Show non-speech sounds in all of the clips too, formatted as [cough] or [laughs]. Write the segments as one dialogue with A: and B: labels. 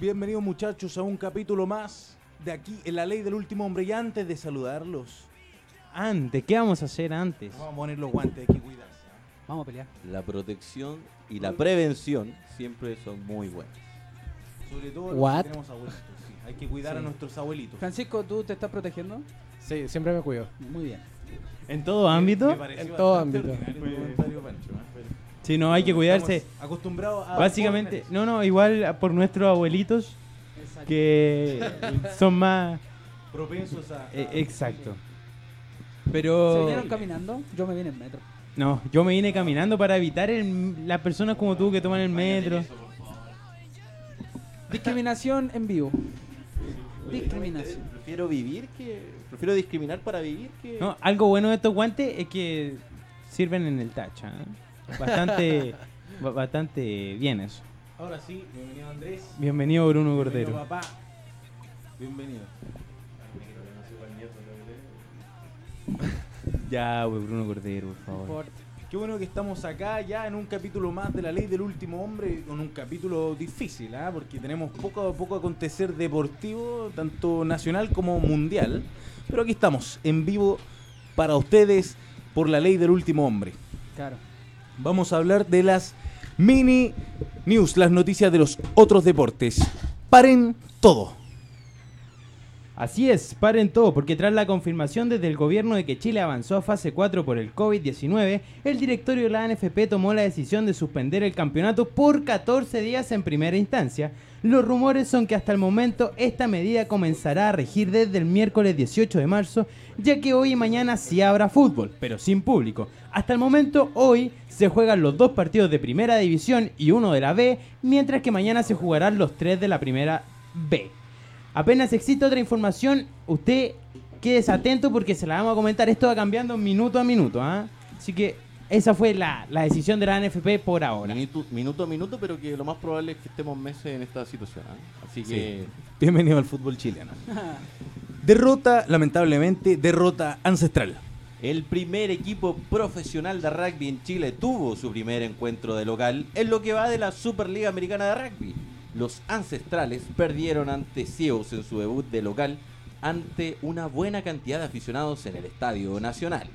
A: bienvenidos muchachos a un capítulo más de aquí en La Ley del Último Hombre. Y antes de saludarlos,
B: Antes, ¿qué vamos a hacer antes?
A: vamos a poner los guantes, hay que cuidarse. ¿ah?
C: Vamos a pelear.
D: La protección y la prevención siempre son muy buenas.
A: Sobre todo los que
E: What?
A: tenemos abuelitos, sí. Hay que cuidar a
C: Sí.
A: nuestros abuelitos.
C: Francisco, ¿tú te estás protegiendo?
E: Sí, siempre me cuido.
C: Muy bien.
B: ¿En todo
A: Me
B: ámbito?
A: pareció
E: En todo
A: bastante
E: ámbito.
A: ordinario tu comentario, Pancho, ¿eh?
B: Sí, no, hay que cuidarse.
A: Estamos Acostumbrados a.
B: Básicamente, no, no, igual a por nuestros abuelitos que son más...
A: Propensos a.
B: eh,
A: a-
B: exacto.
C: ¿Se
B: Pero...
C: vinieron caminando? Yo me vine en metro.
B: No, yo me vine caminando para evitar el- las personas como tú que toman el metro.
C: Discriminación en vivo. Discriminación.
D: Prefiero vivir que. Prefiero discriminar para vivir que.
B: No, algo bueno de estos guantes es que sirven en el tacha. ¿eh?
A: [laughs]
B: Bastante, ba- bastante bien eso.
A: Ahora sí, bienvenido Andrés.
B: Bienvenido Bruno
A: Bienvenido,
B: Cordero.
A: papá. Bienvenido.
B: Ya, güey, Bruno Cordero, por
C: No
B: favor.
C: importa.
A: Qué bueno que estamos acá ya en un capítulo más de la ley del último hombre, con un capítulo difícil, ¿ah? porque tenemos poco a poco acontecer deportivo, tanto nacional como mundial. Pero aquí estamos, en vivo para ustedes por la ley del último hombre.
C: Claro. [laughs]
A: Vamos a hablar de las mini news, las noticias de los otros deportes. Paren todo.
B: Así es, paren todo, porque tras la confirmación desde el gobierno de que Chile avanzó a fase 4 por el COVID-19, el directorio de la ANFP tomó la decisión de suspender el campeonato por 14 días en primera instancia. Los rumores son que hasta el momento esta medida comenzará a regir desde el miércoles 18 de marzo, ya que hoy y mañana sí habrá fútbol, pero sin público. Hasta el momento hoy se juegan los dos partidos de primera división y uno de la B, mientras que mañana se jugarán los tres de la primera B. Apenas existe otra información, usted quédese atento porque se la vamos a comentar. Esto va cambiando minuto a minuto, ¿ah? Así que esa fue la, la decisión de la ANFP por ahora.
D: Minuto, minuto a minuto, pero que lo más probable es que estemos meses en esta situación. ¿ah? Así que.
A: Bienvenido al fútbol chileno. Derrota, lamentablemente, derrota ancestral.
D: El primer equipo profesional de rugby en Chile tuvo su primer encuentro de local en lo que va de la Superliga Americana de Rugby. Los ancestrales perdieron ante CEOs en su debut de local ante una buena cantidad de aficionados en el Estadio Nacional.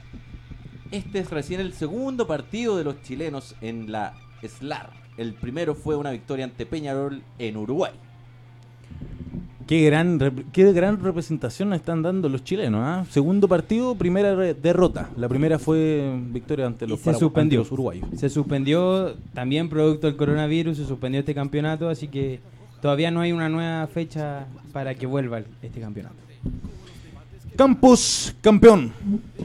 D: Este es recién el segundo partido de los chilenos en la SLAR. El primero fue una victoria ante Peñarol en Uruguay.
A: Qué gran, rep- qué gran representación nos están dando los chilenos. ¿ah? Segundo partido, primera re- derrota. La primera fue victoria ante
B: Y
A: los,
B: se
A: paragu-
B: suspendió.
A: ante los uruguayos.
B: Se suspendió también producto del coronavirus, se suspendió este campeonato, así que todavía no hay una nueva fecha para que vuelva el- este campeonato.
A: Campos, campeón.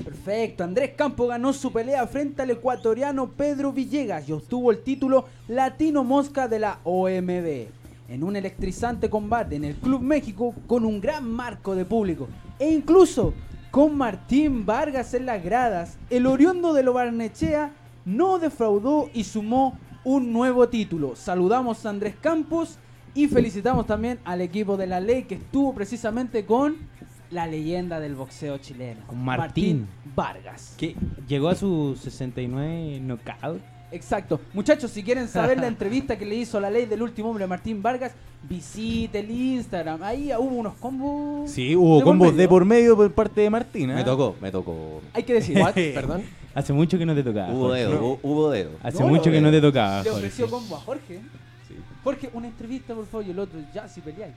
C: Perfecto. Andrés Campo ganó su pelea frente al ecuatoriano Pedro Villegas y obtuvo el título Latino Mosca de la OMB. En un electrizante combate en el Club México con un gran marco de público e incluso con Martín Vargas en las gradas, el oriundo de lo Barnechea no defraudó y sumó un nuevo título. Saludamos a Andrés Campos y felicitamos también al equipo de la ley que estuvo precisamente con la leyenda del boxeo chileno.
B: Con Martín.
C: Vargas.
B: Que llegó a su 69 knockout.
C: Exacto. Muchachos, si quieren
B: [laughs]
C: saber la entrevista que le hizo la ley del último hombre a Martín Vargas, visite el Instagram. Ahí hubo unos combos.
A: Sí, hubo
C: De por
A: combos de
C: medio.
A: por medio por parte de Martín. ¿ah?
D: Me tocó, me tocó.
C: Hay que decir, ¿what?
E: Perdón.
B: Hace mucho que no te tocaba.
D: Hubo
B: Jorge.
D: dedo, hubo, hubo dedo.
B: Hace
C: No,
B: mucho
C: no,
B: que
C: no.
B: no te tocaba.
C: Le
B: Ah, Jorge.
C: ofreció combo a Jorge.
D: Sí.
C: Jorge, una entrevista, por favor, y el otro, ya, si peleáis.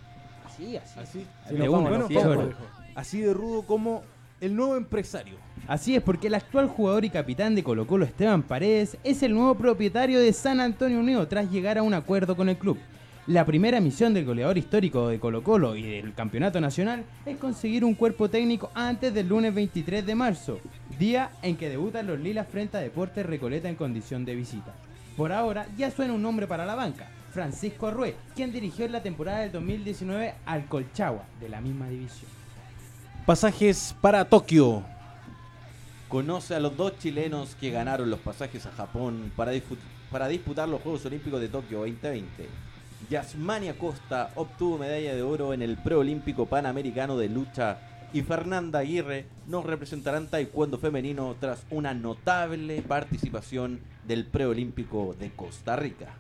C: Así, así.
A: Así,
B: Sí,
A: nos
B: de
A: vamos,
B: una,
A: nos
B: sí,
A: vamos.
B: sobre.
A: Así de rudo como el nuevo empresario.
B: Así es, porque el actual jugador y capitán de Colo Colo, Esteban Paredes, es el nuevo propietario de San Antonio Unido tras llegar a un acuerdo con el club. La primera misión del goleador histórico de Colo Colo y del Campeonato Nacional es conseguir un cuerpo técnico antes del lunes 23 de marzo, día en que debutan los Lilas frente a Deportes Recoleta en condición de visita. Por ahora ya suena un nombre para la banca, Francisco Arrué, quien dirigió en la temporada del 2019 al Colchagua, de la misma división.
A: Pasajes para Tokio.
D: conoce a los dos chilenos que ganaron los pasajes a Japón para, difu- para disputar los Juegos Olímpicos de Tokio 2020. Yasmani Acosta obtuvo medalla de oro en el preolímpico panamericano de lucha y Fernanda Aguirre nos representará en taekwondo femenino tras una notable participación del preolímpico de Costa Rica.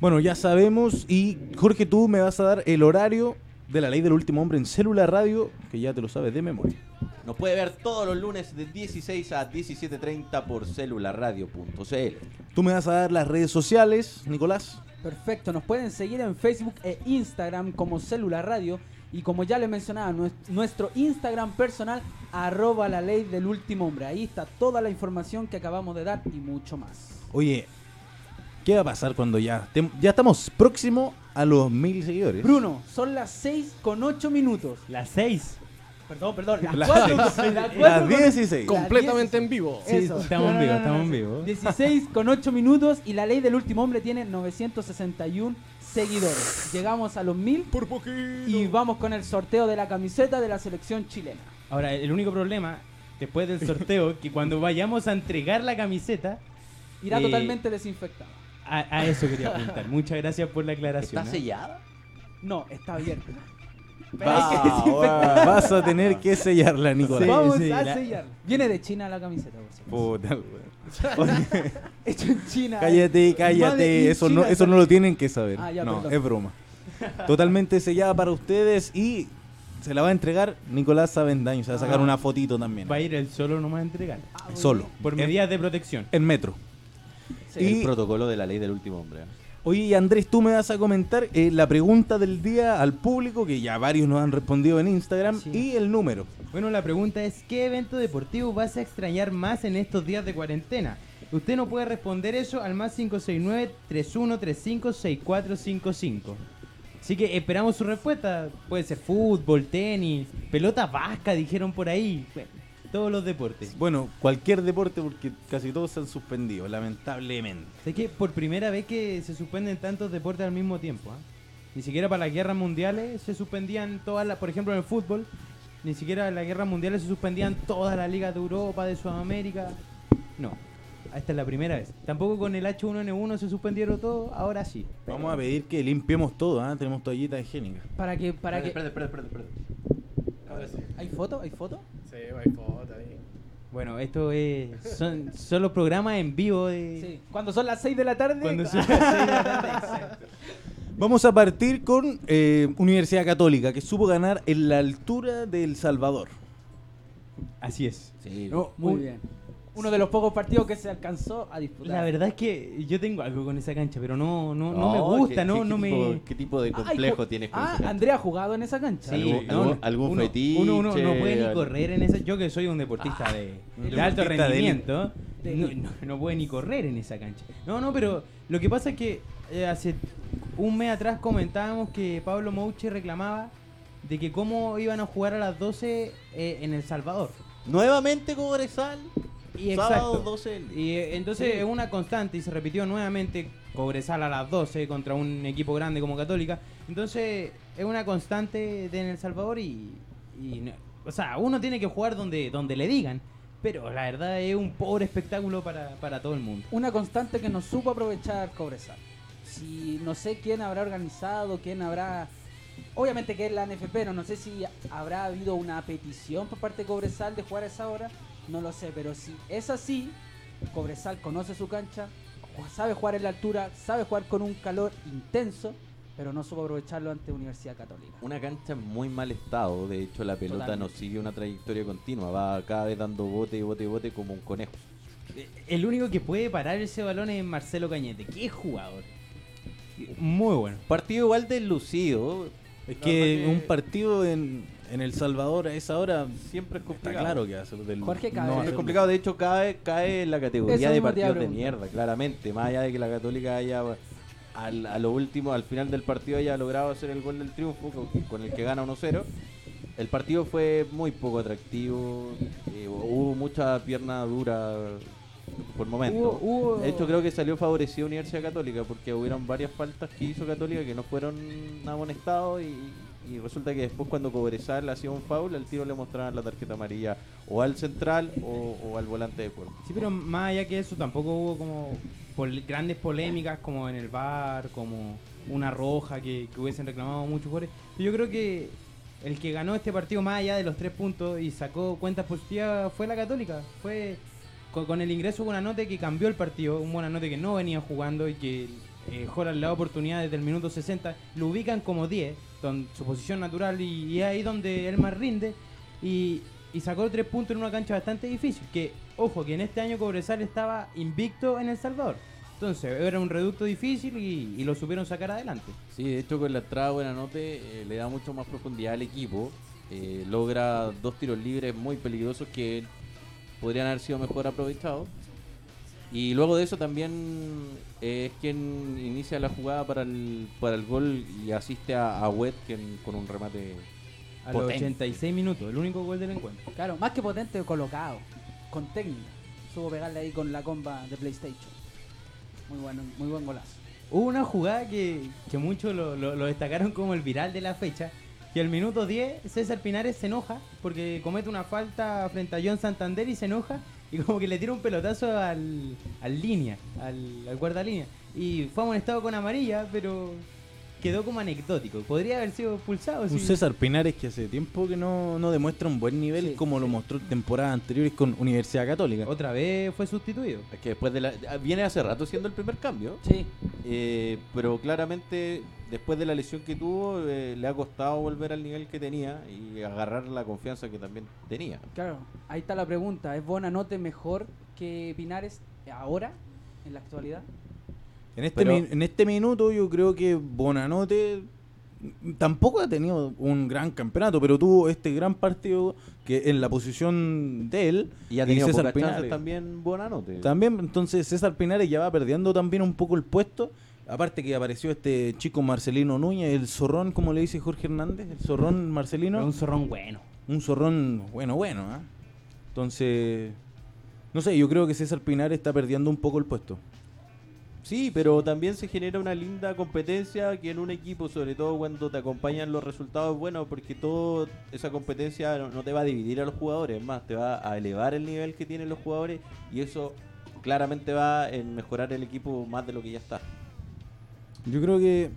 A: Bueno, ya sabemos y Jorge, tú me vas a dar el horario de la ley del último hombre en célula radio, que ya te lo sabes de memoria.
D: Nos puede ver todos los lunes de 16 a 17.30 por celularradio.cl.
A: Tú me vas a dar las redes sociales, Nicolás.
C: Perfecto, nos pueden seguir en Facebook e Instagram como Célula Radio y como ya les mencionaba, nues- nuestro Instagram personal arroba la ley del último hombre. Ahí está toda la información que acabamos de dar y mucho más.
A: Oye, ¿qué va a pasar cuando ya, tem- ya estamos próximo a los mil seguidores?
C: Bruno, son las 6 con 8 minutos.
B: Las 6.
C: Perdón, perdón,
A: Las
C: las 4
A: seis.
C: cuatro
A: Las
C: con-
A: 16.
C: Con-
E: Completamente en vivo.
B: Sí,
C: Eso.
B: estamos en vivo, estamos en vivo.
C: 16 con 8 minutos y la ley del último hombre tiene 961 seguidores. Llegamos a los 1000
E: Por poquito.
C: y vamos con el sorteo de la camiseta de la selección chilena.
B: Ahora, el único problema después del sorteo que cuando vayamos a entregar la camiseta,
C: Irá
B: Eh,
C: totalmente desinfectada.
B: a, a eso quería apuntar. Muchas gracias por la aclaración.
D: ¿Está
B: ¿eh?
D: sellada?
C: No, está abierta.
D: [laughs] Ah, bueno.
A: Vas a tener que sellarla,
B: [laughs] Sí,
A: Nicolás.
C: Vamos
B: sí,
C: a
B: la-
C: sellarla. Viene de China la camiseta, por cierto. [laughs]
A: Puta, weón. Oye,
C: Hecho en China. ¿eh?
A: cállate,
C: Made in
A: cállate. Eso no,
C: China,
A: eso no lo tienen que saber.
C: Ah, ya,
A: no,
C: perdón.
A: es broma. Totalmente sellada para ustedes y se la va a entregar Nicolás Sabendaño. Se va a sacar
B: Ah.
A: una fotito también.
B: Va a ir él solo nomás a entregar.
C: Ah, bueno.
A: Solo.
B: Por medidas de protección.
A: En metro.
D: Este, El protocolo de la ley del último hombre. ¿eh?
A: Oye, y Andrés, tú me vas a comentar eh, la pregunta del día al público, que ya varios nos han respondido en Instagram,
B: Sí.
A: y el número.
B: Bueno, la pregunta es, ¿qué evento deportivo vas a extrañar más en estos días de cuarentena? Usted no puede responder eso al más 569-3135-6455. Así que esperamos su respuesta. Puede ser fútbol, tenis, pelota vasca, dijeron por ahí. Bueno, todos los deportes.
A: Bueno, cualquier deporte, porque casi todos se han suspendido, lamentablemente.
B: Sé que por primera vez que se suspenden tantos deportes al mismo tiempo. ¿ah? Ni siquiera para las guerras mundiales se suspendían todas las, por ejemplo en el fútbol, ni siquiera en las guerras mundiales se suspendían todas las ligas de Europa, de Sudamérica. No, esta es la primera vez. Tampoco con el H1N1 se suspendieron todos, ahora sí.
A: Vamos a pedir que limpiemos todo, ¿ah? tenemos toallita higiénica.
C: Para que, para que.
D: Espérate, espérate, espérate, espérate.
E: Ahora sí.
C: ¿Hay foto? ¿Hay foto?
E: Sí, hay foto ahí.
B: Bueno, esto es, son, son los programas en vivo de...
C: Sí. Cuando son las 6 de la tarde. [laughs]
B: Cuando son las seis de la tarde, exacto.
A: Vamos a partir con eh, Universidad Católica, que supo ganar en la altura del Salvador.
B: Así es.
D: Sí.
C: No, muy bien. Uno de los pocos partidos que se alcanzó a disputar.
B: La verdad es que yo tengo algo con esa cancha, pero no, no, no, me
D: ¿qué-
B: gusta,
D: qué-
B: no,
D: qué
B: no
D: tipo-
B: me...
D: ¿Qué tipo de
C: Ay,
D: complejo este
C: co-
D: tienes con
C: Ah,
D: esa cancha?
C: Andrea ha jugado en esa cancha.
D: Sí. Algún- algún- algún
B: uno,
D: fetiche, Ah,
B: uno- uno no puede ni
D: algo.
B: correr en esa. Yo que soy un deportista de, de
A: deportista
B: alto
A: de
B: rendimiento,
C: de
B: no,
C: élite.
B: no, no puede ni correr en esa cancha. No, no, pero lo que pasa es que eh, hace un mes atrás comentábamos que Pablo Mouche reclamaba de que cómo iban a jugar a las 12 eh, en El Salvador.
D: Nuevamente Cobresal.
B: Y
D: Sábado
B: exacto.
D: 12 del día.
B: Y eh, entonces
C: Sí.
B: es una constante y se repitió nuevamente Cobresal a las 12 contra un equipo grande como Católica. Entonces es una constante de en El Salvador y, y no- o sea, uno tiene que jugar donde, donde le digan. Pero la verdad es un pobre espectáculo para, para todo el mundo.
C: Una constante que no supo aprovechar Cobresal. Si no sé quién habrá organizado, quién habrá. Obviamente que es la NFP, pero no sé si habrá habido una petición por parte de Cobresal de jugar a esa hora. No lo sé, pero si es así, Cobresal conoce su cancha, ju- sabe jugar en la altura, sabe jugar con un calor intenso, pero no supo aprovecharlo ante Universidad Católica.
D: Una cancha en muy mal estado. De hecho, la pelota
C: Totalmente.
D: no sigue una trayectoria continua. Va cada vez dando bote y bote y bote como un conejo.
B: E, El único que puede parar ese balón es Marcelo Cañete. Qué jugador. Muy bueno.
D: Partido igual de lucido.
A: Es
D: La
A: que
D: verdad que-
A: un partido en, en El Salvador a esa hora
D: Siempre es
A: está
D: complicado.
A: claro que va a ser del.
C: Jorge Cabrera.
A: va a
D: Siempre
A: ser-
D: es complicado. De hecho, cae, cae en la categoría
C: Eso
D: de
C: mismo te iba a
D: partidos de
C: preguntar.
D: mierda, claramente. Más allá de que la Católica haya. Al, a lo último, al final del partido, haya logrado hacer el gol del triunfo con, con el que gana 1-0. El partido fue muy poco atractivo. eh, hubo mucha pierna dura por momentos.
C: Hubo- hubo-
D: De hecho, creo que salió favorecida Universidad Católica porque hubieron varias faltas que hizo Católica que no fueron amonestados y, y resulta que después cuando Cobresal hacía un foul, al tiro le mostraban la tarjeta amarilla o al central o, o al volante de cuerpo.
B: Sí, pero más allá que eso, tampoco hubo como pol- grandes polémicas como en el bar, como una roja que, que hubiesen reclamado muchos jugadores. Yo creo que el que ganó este partido más allá de los tres puntos y sacó cuentas positivas fue la Católica. Fue con, con el ingreso Buenanote que cambió el partido, un Buenanote que no venía jugando y que eh, Holland le da oportunidad desde el minuto 60, lo ubican como 10, don- su posición natural, y, y es ahí donde él más rinde, y, y sacó tres puntos en una cancha bastante difícil, que, ojo, que en este año Cobresal estaba invicto en El Salvador. Entonces, era un reducto difícil y, y lo supieron sacar adelante.
D: Sí, de hecho con la entrada Buenanote eh, le da mucho más profundidad al equipo. Eh, logra dos tiros libres muy peligrosos que podrían haber sido mejor aprovechados. Y luego de eso también eh, es quien inicia la jugada para el, para el gol y asiste a, a Wet quien, con un remate.
B: A
D: Potente.
B: los 86 minutos, el único gol del encuentro.
C: Claro, más que potente, colocado, con técnica. Supo pegarle ahí con la comba de PlayStation. Muy bueno, muy buen golazo.
B: Hubo una jugada que, que muchos lo, lo- lo destacaron como el viral de la fecha. Que al minuto 10 César Pinares se enoja porque comete una falta frente a John Santander y se enoja y como que le tira un pelotazo al, al línea, al, al guarda línea. Y fue amonestado con amarilla, pero quedó como anecdótico. Podría haber sido expulsado.
A: Un
B: sí.
A: César Pinares que hace tiempo que no, no demuestra un buen nivel
C: Sí,
A: como lo mostró en temporadas anteriores con Universidad Católica.
B: Otra vez fue sustituido.
D: Es que después de la. ah, Viene hace rato siendo el primer cambio.
C: Sí,
D: eh, pero claramente después de la lesión que tuvo eh, le ha costado volver al nivel que tenía y agarrar la confianza que también tenía.
C: claro. Ahí está la pregunta. ¿Es Bonanote mejor que Pinares ahora, en la actualidad?
A: En este,
D: Pero-
A: min- en este minuto yo creo que Bonanote tampoco ha tenido un gran campeonato, pero tuvo este gran partido que en la posición de él
D: Y ha tenido
A: César
D: pocas chances
A: Pinares
D: también Bonanote.
A: también, entonces César Pinares ya va perdiendo también un poco el puesto. Aparte que apareció este chico Marcelino Núñez, el zorrón, como le dice Jorge Hernández, el zorrón
B: Pero
A: Marcelino,
B: un zorrón bueno.
A: un zorrón bueno, bueno. ¿ah? Entonces, no sé, yo creo que César Pinares está perdiendo un poco el puesto.
D: Sí, pero también se genera una linda competencia que en un equipo, sobre todo cuando te acompañan los resultados buenos, porque toda esa competencia no, no te va a dividir a los jugadores, es más, te va a elevar el nivel que tienen los jugadores y eso claramente va en mejorar el equipo más de lo que ya está.
A: Yo creo que.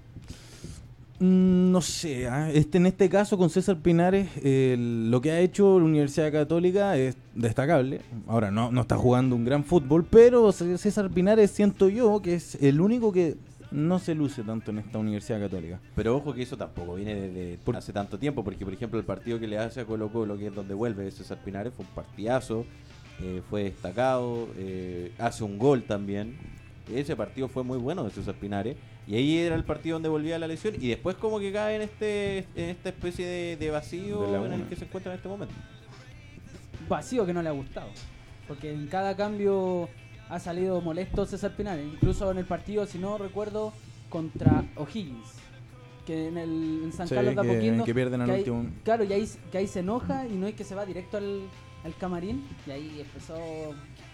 A: mm, No sé, ah, este, en este caso con César Pinares, eh, lo que ha hecho la Universidad Católica es destacable. Ahora no, no está jugando un gran fútbol, pero C- César Pinares siento yo que es el único que no se luce tanto en esta Universidad Católica.
D: Pero ojo que eso tampoco viene desde
A: Por-
D: hace tanto tiempo, porque por ejemplo el partido que le hace a Colo Colo, que es donde vuelve César Pinares, fue un partidazo, eh, fue destacado, eh, hace un gol también. Ese partido fue muy bueno de César Pinares. Y ahí era el partido donde volvía la lesión. Y después como que cae en este en esta especie de, de vacío
A: De
D: en
A: laguna.
D: el que se encuentra en este momento.
C: vacío que no le ha gustado. Porque en cada cambio ha salido molesto César Pinares. Incluso en el partido, si no recuerdo, contra O'Higgins. Que en, el, en San
A: Sí,
C: Carlos de
A: que-
C: Apoquindo.
A: que pierden al
C: ahí-
A: último.
C: Claro, y ahí, s- que ahí se enoja y no es que se va directo al, al camarín. Y ahí empezó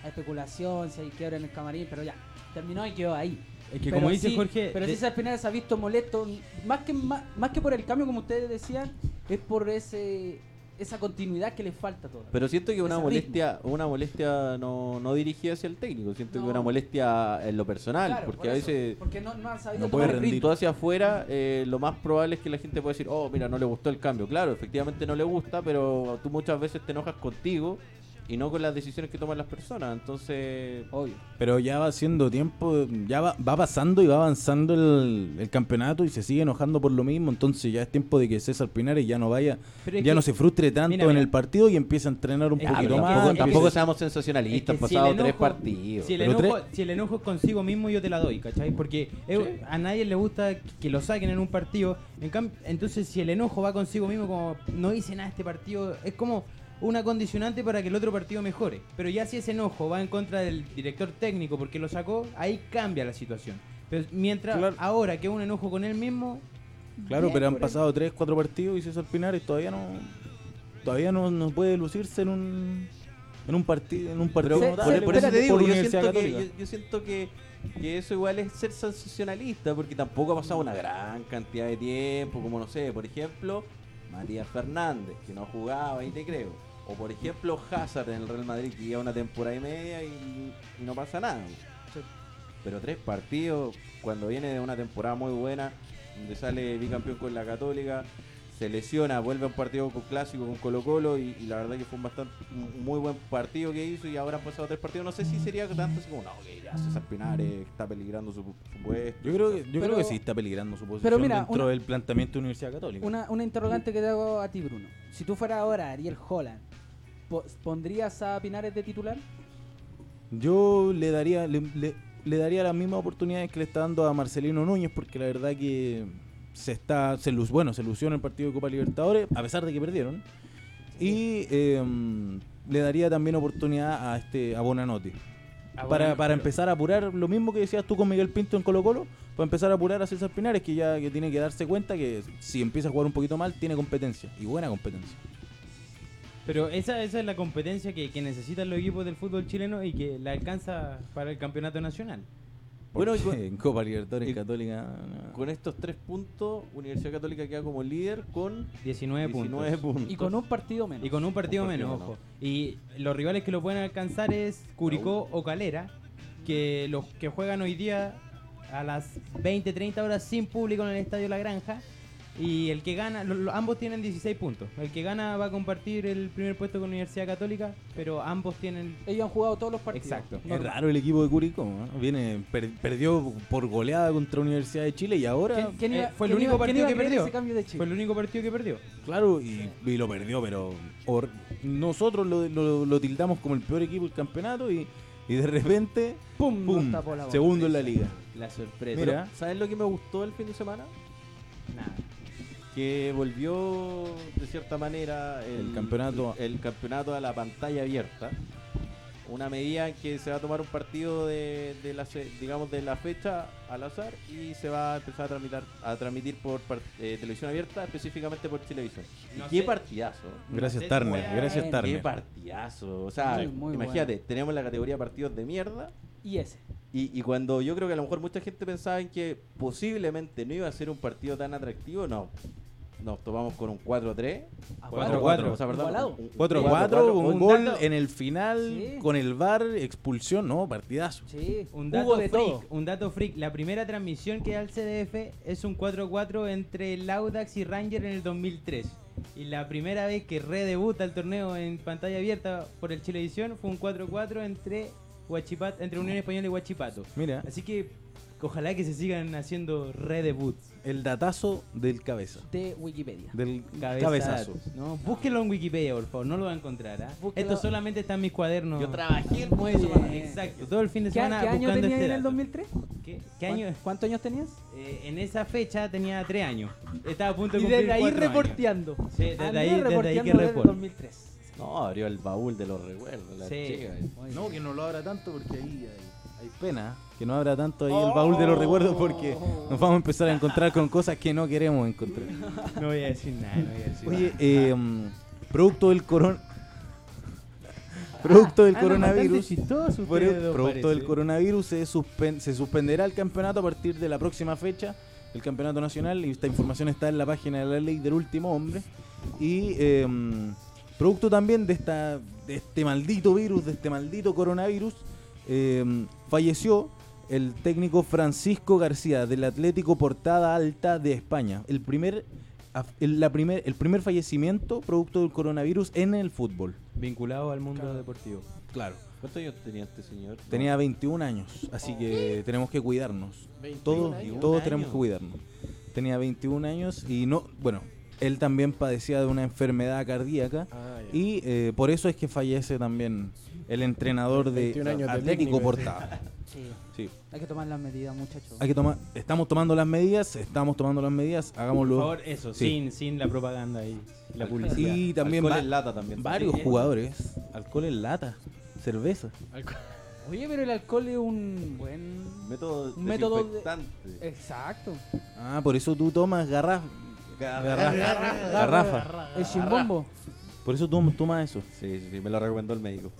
C: la especulación, si hay quiebra en el camarín, pero ya, terminó y quedó ahí.
B: Es que
C: Pero
B: como dice
C: sí-
B: Jorge...
C: Pero
B: de-
C: César Pinares se ha visto molesto, más que, más, más que por el cambio, como ustedes decían, es por ese esa continuidad que le falta todavía.
D: Pero siento que una
C: Ese
D: molestia, una molestia no, no dirigida hacia el técnico, siento
C: No.
D: que una molestia en lo personal,
C: Claro,
D: porque
C: por
D: a
C: eso,
D: veces
C: Porque no, no han sabido
A: no
C: tomar
A: puede
C: el
A: rendir.
C: ritmo.
D: Tú hacia afuera, eh, lo más probable es que la gente pueda decir, oh, mira, no le gustó el cambio. Claro, efectivamente no le gusta, pero tú muchas veces te enojas contigo y no con las decisiones que toman las personas. Entonces,
C: Obvio.
A: Pero ya va siendo tiempo, ya va, va pasando y va avanzando el, el campeonato y se sigue enojando por lo mismo. Entonces ya es tiempo de que César Pinares ya no vaya,
B: Pero es
A: ya
B: que-
A: no se frustre tanto
B: Mira,
A: en
B: mira.
A: el partido y empiece a entrenar un
B: Es que
D: Ah,
A: poquito
B: tampoco-
A: más.
B: tampoco
A: empiece-
D: seamos
B: Es que
D: sensacionalistas,
B: Este, si el
D: pasado tres
B: enojo-
D: partidos.
B: Si el,
A: Pero
B: enojo,
A: tres-
B: si el enojo es consigo mismo, yo te la doy, ¿cachai? Porque eh, a nadie le gusta que lo saquen en un partido. En cam- entonces, si el enojo va consigo mismo, como no hice nada este partido, es como una condicionante para que el otro partido mejore. Pero ya si ese enojo va en contra del director técnico porque lo sacó, ahí cambia la situación. Pero mientras
A: Claro.
B: ahora que es un enojo con él mismo,
A: Claro,
B: Bien
A: pero han
B: por él.
A: pasado 3, 4 partidos y César Pinares todavía no todavía no, no puede lucirse en un en un partido en un partido
D: Pero
A: como
C: Sí,
D: por,
C: se-
A: tal,
C: se-
D: por eso te
C: espérate,
D: digo,
A: por
D: yo
A: Universidad
D: siento, que,
A: Católica.
D: yo- yo siento que- que eso igual es ser sensacionalista, porque tampoco ha pasado una gran cantidad de tiempo, como no sé, por ejemplo, Matías Fernández, que no jugaba y te creo. O por ejemplo, Hazard en el Real Madrid, que lleva una temporada y media y, y no pasa nada. Pero tres partidos, cuando viene de una temporada muy buena, donde sale bicampeón con la Católica, se lesiona, vuelve a un partido con clásico con Colo Colo y, y la verdad que fue un bastante un muy buen partido que hizo y ahora han pasado tres partidos. No sé si sería tanto así como, no, que ya César Pinares está peligrando su, su puesto.
A: Yo creo que, yo
C: Pero-
A: creo que sí está peligrando su posición
C: pero mira,
A: dentro
C: una-
A: del planteamiento de Universidad Católica.
C: Una, una interrogante que te hago a ti, Bruno. Si tú fueras ahora Ariel Holland, po- ¿pondrías a Pinares de titular?
A: Yo le daría, le, le- le daría las mismas oportunidades que le está dando a Marcelino Núñez, porque la verdad que se está, se luz, bueno, se lució en el partido de Copa Libertadores, a pesar de que perdieron. Y eh, le daría también oportunidad a este a Bonanotti. Para, para empezar a apurar lo mismo que decías tú con Miguel Pinto en Colo Colo, para empezar a apurar a César Pinares, que ya que tiene que darse cuenta que si empieza a jugar un poquito mal, tiene competencia, y buena competencia.
B: Pero esa, esa es la competencia que, que necesitan los equipos del fútbol chileno y que la alcanza para el campeonato nacional.
A: Bueno,
D: Bueno, y con-
A: en Copa Libertadores
D: y-
A: Católica... no.
D: Con estos tres puntos, Universidad Católica queda como líder con
B: 19,
D: 19
B: puntos.
D: puntos.
C: Y con un partido menos.
B: Y con un partido
D: Un partido
B: menos, ojo.
D: menos.
B: Y los rivales que lo pueden alcanzar es Curicó o Calera, que los que juegan hoy día a las 20, 30 horas sin público en el Estadio La Granja. Y el que gana, lo- lo- ambos tienen 16 puntos. El que gana va a compartir el primer puesto con Universidad Católica, pero ambos tienen...
C: Ellos han jugado todos los partidos.
B: Exacto.
A: Es
C: Normal.
A: raro el equipo de Curicó, ¿no? Viene, per- perdió por goleada contra Universidad de Chile y ahora,
C: ¿Quién iba-
B: Eh, fue el
C: quién
B: único
C: iba- quién
B: partido
C: iba a
B: que
C: creer
B: perdió.
C: ese cambio de chip?
B: Fue el único partido que perdió.
A: claro, y, y lo perdió, pero hor- nosotros lo, lo- lo tildamos como el peor equipo del campeonato y, y de repente,
C: ¡Pum!
A: ¡pum!
C: Nos tapó la boca.
A: Segundo en la liga.
B: La sorpresa.
A: Mira.
D: Pero, ¿Sabes lo que me gustó el fin de semana?
B: Nada.
D: que volvió de cierta manera el,
A: El campeonato.
D: el campeonato a la pantalla abierta una medida en que se va a tomar un partido de, de la se- digamos de la fecha al azar y se va a empezar a tramitar a transmitir por par- eh, televisión abierta específicamente por televisión
B: No
D: qué
B: sé.
D: partidazo
A: Gracias, Turner. Gracias,
D: qué
A: Turner.
D: partidazo o sea
C: Muy, muy
D: imagínate tenemos la categoría partidos de mierda
C: Y ese.
D: y, y cuando yo creo que a lo mejor mucha gente pensaba en que posiblemente no iba a ser un partido tan atractivo, no. Nos tomamos con un 4-3.
C: A
A: 4-4.
C: cuatro.
D: O sea, perdón,
C: Igualado.
D: un- un
A: 4-4, un
B: un
A: gol
B: dato-
A: en el final,
C: Sí.
A: con el VAR, expulsión, no, partidazo.
C: Sí.
B: Un
C: Hubo
B: dato
C: de
B: freak,
C: todo.
B: un dato freak. La primera transmisión que da el CDF es un 4-4 entre el Audax y Ranger en el 2003. Y la primera vez que redebuta el torneo en pantalla abierta por el Chilevisión fue un 4-4 entre Huachipat, entre Unión Española y Huachipato.
A: Mira,
B: Así que ojalá que se sigan haciendo redebuts.
A: el datazo del cabeza.
C: De Wikipedia.
A: Del
B: Cabezazos,
A: cabezazo.
B: ¿no? Búsquelo en Wikipedia, por favor, no lo va a encontrar. ¿ah?
C: Búsquelo.
B: Esto solamente está en mis cuadernos.
D: Yo trabajé el
C: Muy
D: jueves.
C: bien.
B: Exacto, todo el fin de
C: ¿Qué, qué
B: semana
C: año
B: buscando
C: tenías
B: este
C: en el
B: dato.
C: 2003?
B: ¿Qué, qué año?
C: ¿Cuán- ¿Cuántos años tenías?
B: Eh, en esa fecha tenía tres años. Estaba a punto de
C: Y
B: cumplir
C: desde ahí
B: cuatro años.
C: reporteando.
B: Sí, desde
C: Andé
B: ahí- desde ahí que
C: reporteando desde
B: report.
C: 2003.
D: No, abrió el baúl de los recuerdos. La
B: Sí.
D: chica. eh.
A: No, que no lo abra tanto porque ahí hay, hay pena. Que no abra tanto ahí el baúl de los recuerdos porque nos vamos a empezar a encontrar con cosas que no queremos encontrar.
B: No voy a decir nada, no voy a decir Ah,
A: Oye,
B: nada.
A: eh, mm, producto del coron... [laughs] Producto del
B: Andan
A: coronavirus.
B: bastante chistosos
A: Por el-
B: ustedes dos,
A: producto
B: parece.
A: del coronavirus se, suspen- se suspenderá el campeonato a partir de la próxima fecha, el campeonato nacional, y esta información está en la página de la ley del último hombre. Y eh, producto también de, esta, de este maldito virus, de este maldito coronavirus, eh, falleció el técnico Francisco García del Atlético Portada Alta de España, el primer, af- el- la primer, el primer fallecimiento producto del coronavirus en el fútbol.
B: Vinculado al mundo deportivo.
A: Claro.
D: ¿Cuántos años tenía este señor?
A: Tenía 21 años, así que tenemos que cuidarnos.
E: 21
A: Todos,
E: años.
A: todos
D: 21
A: tenemos que
D: años.
A: cuidarnos. Tenía 21 años y no, bueno, él también padecía de una enfermedad cardíaca
E: Ah, ya.
A: y eh, por eso es que fallece también el entrenador de
E: 21 años de
A: Atlético
E: técnico,
A: Portada.
C: Sí.
A: Sí.
C: Hay que tomar las medidas, muchachos.
A: Hay que tomar, estamos tomando las medidas, estamos tomando las medidas, hagámoslo.
B: Por favor, eso,
A: Sí.
B: sin, sin la propaganda y la publicidad.
A: Y también
D: Alcohol
A: va-
D: en lata también.
A: varios
D: Sí.
A: jugadores, alcohol en lata, cerveza.
E: Alco-
C: Oye, pero el alcohol es un buen...
D: Método
C: Un método de- Eh,
D: desinfectante.
C: Exacto.
A: Ah, por eso tú tomas garrafa, garrafa, garrafa.
C: El chimbombo.
A: Por eso tú tomas eso.
D: Sí, sí, sí, me lo recomendó el médico.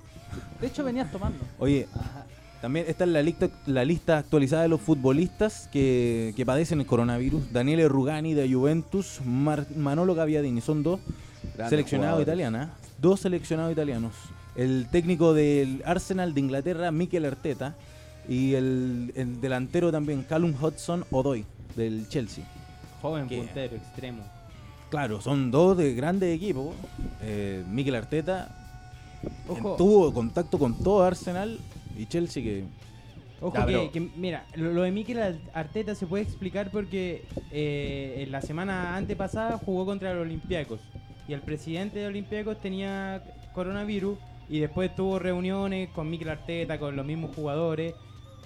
C: De hecho, venías tomando.
A: Oye, también está en la lista, la lista actualizada de los futbolistas que, que padecen el coronavirus. Daniele Rugani de Juventus, Mar- Manolo Gaviadini, son dos
D: Grandes
A: seleccionados
D: jugadores.
A: italianos. ¿ah? Dos seleccionados italianos. El técnico del Arsenal de Inglaterra, Mikel Arteta, y el, el delantero también, Callum Hudson Odoi, del Chelsea.
B: Joven
A: ¿Qué?
B: puntero, extremo.
A: Claro, son dos de grandes equipos. Eh, Mikel Arteta
B: Ojo.
A: tuvo contacto con todo Arsenal y Chelsea que
B: Ojo que,
D: Ya, pero-
B: que, mira, lo, lo de Mikel Al- Arteta se puede explicar porque eh, en la semana antepasada jugó contra los Olympiacos y el presidente de Olympiacos tenía coronavirus y después tuvo reuniones con Mikel Arteta, con los mismos jugadores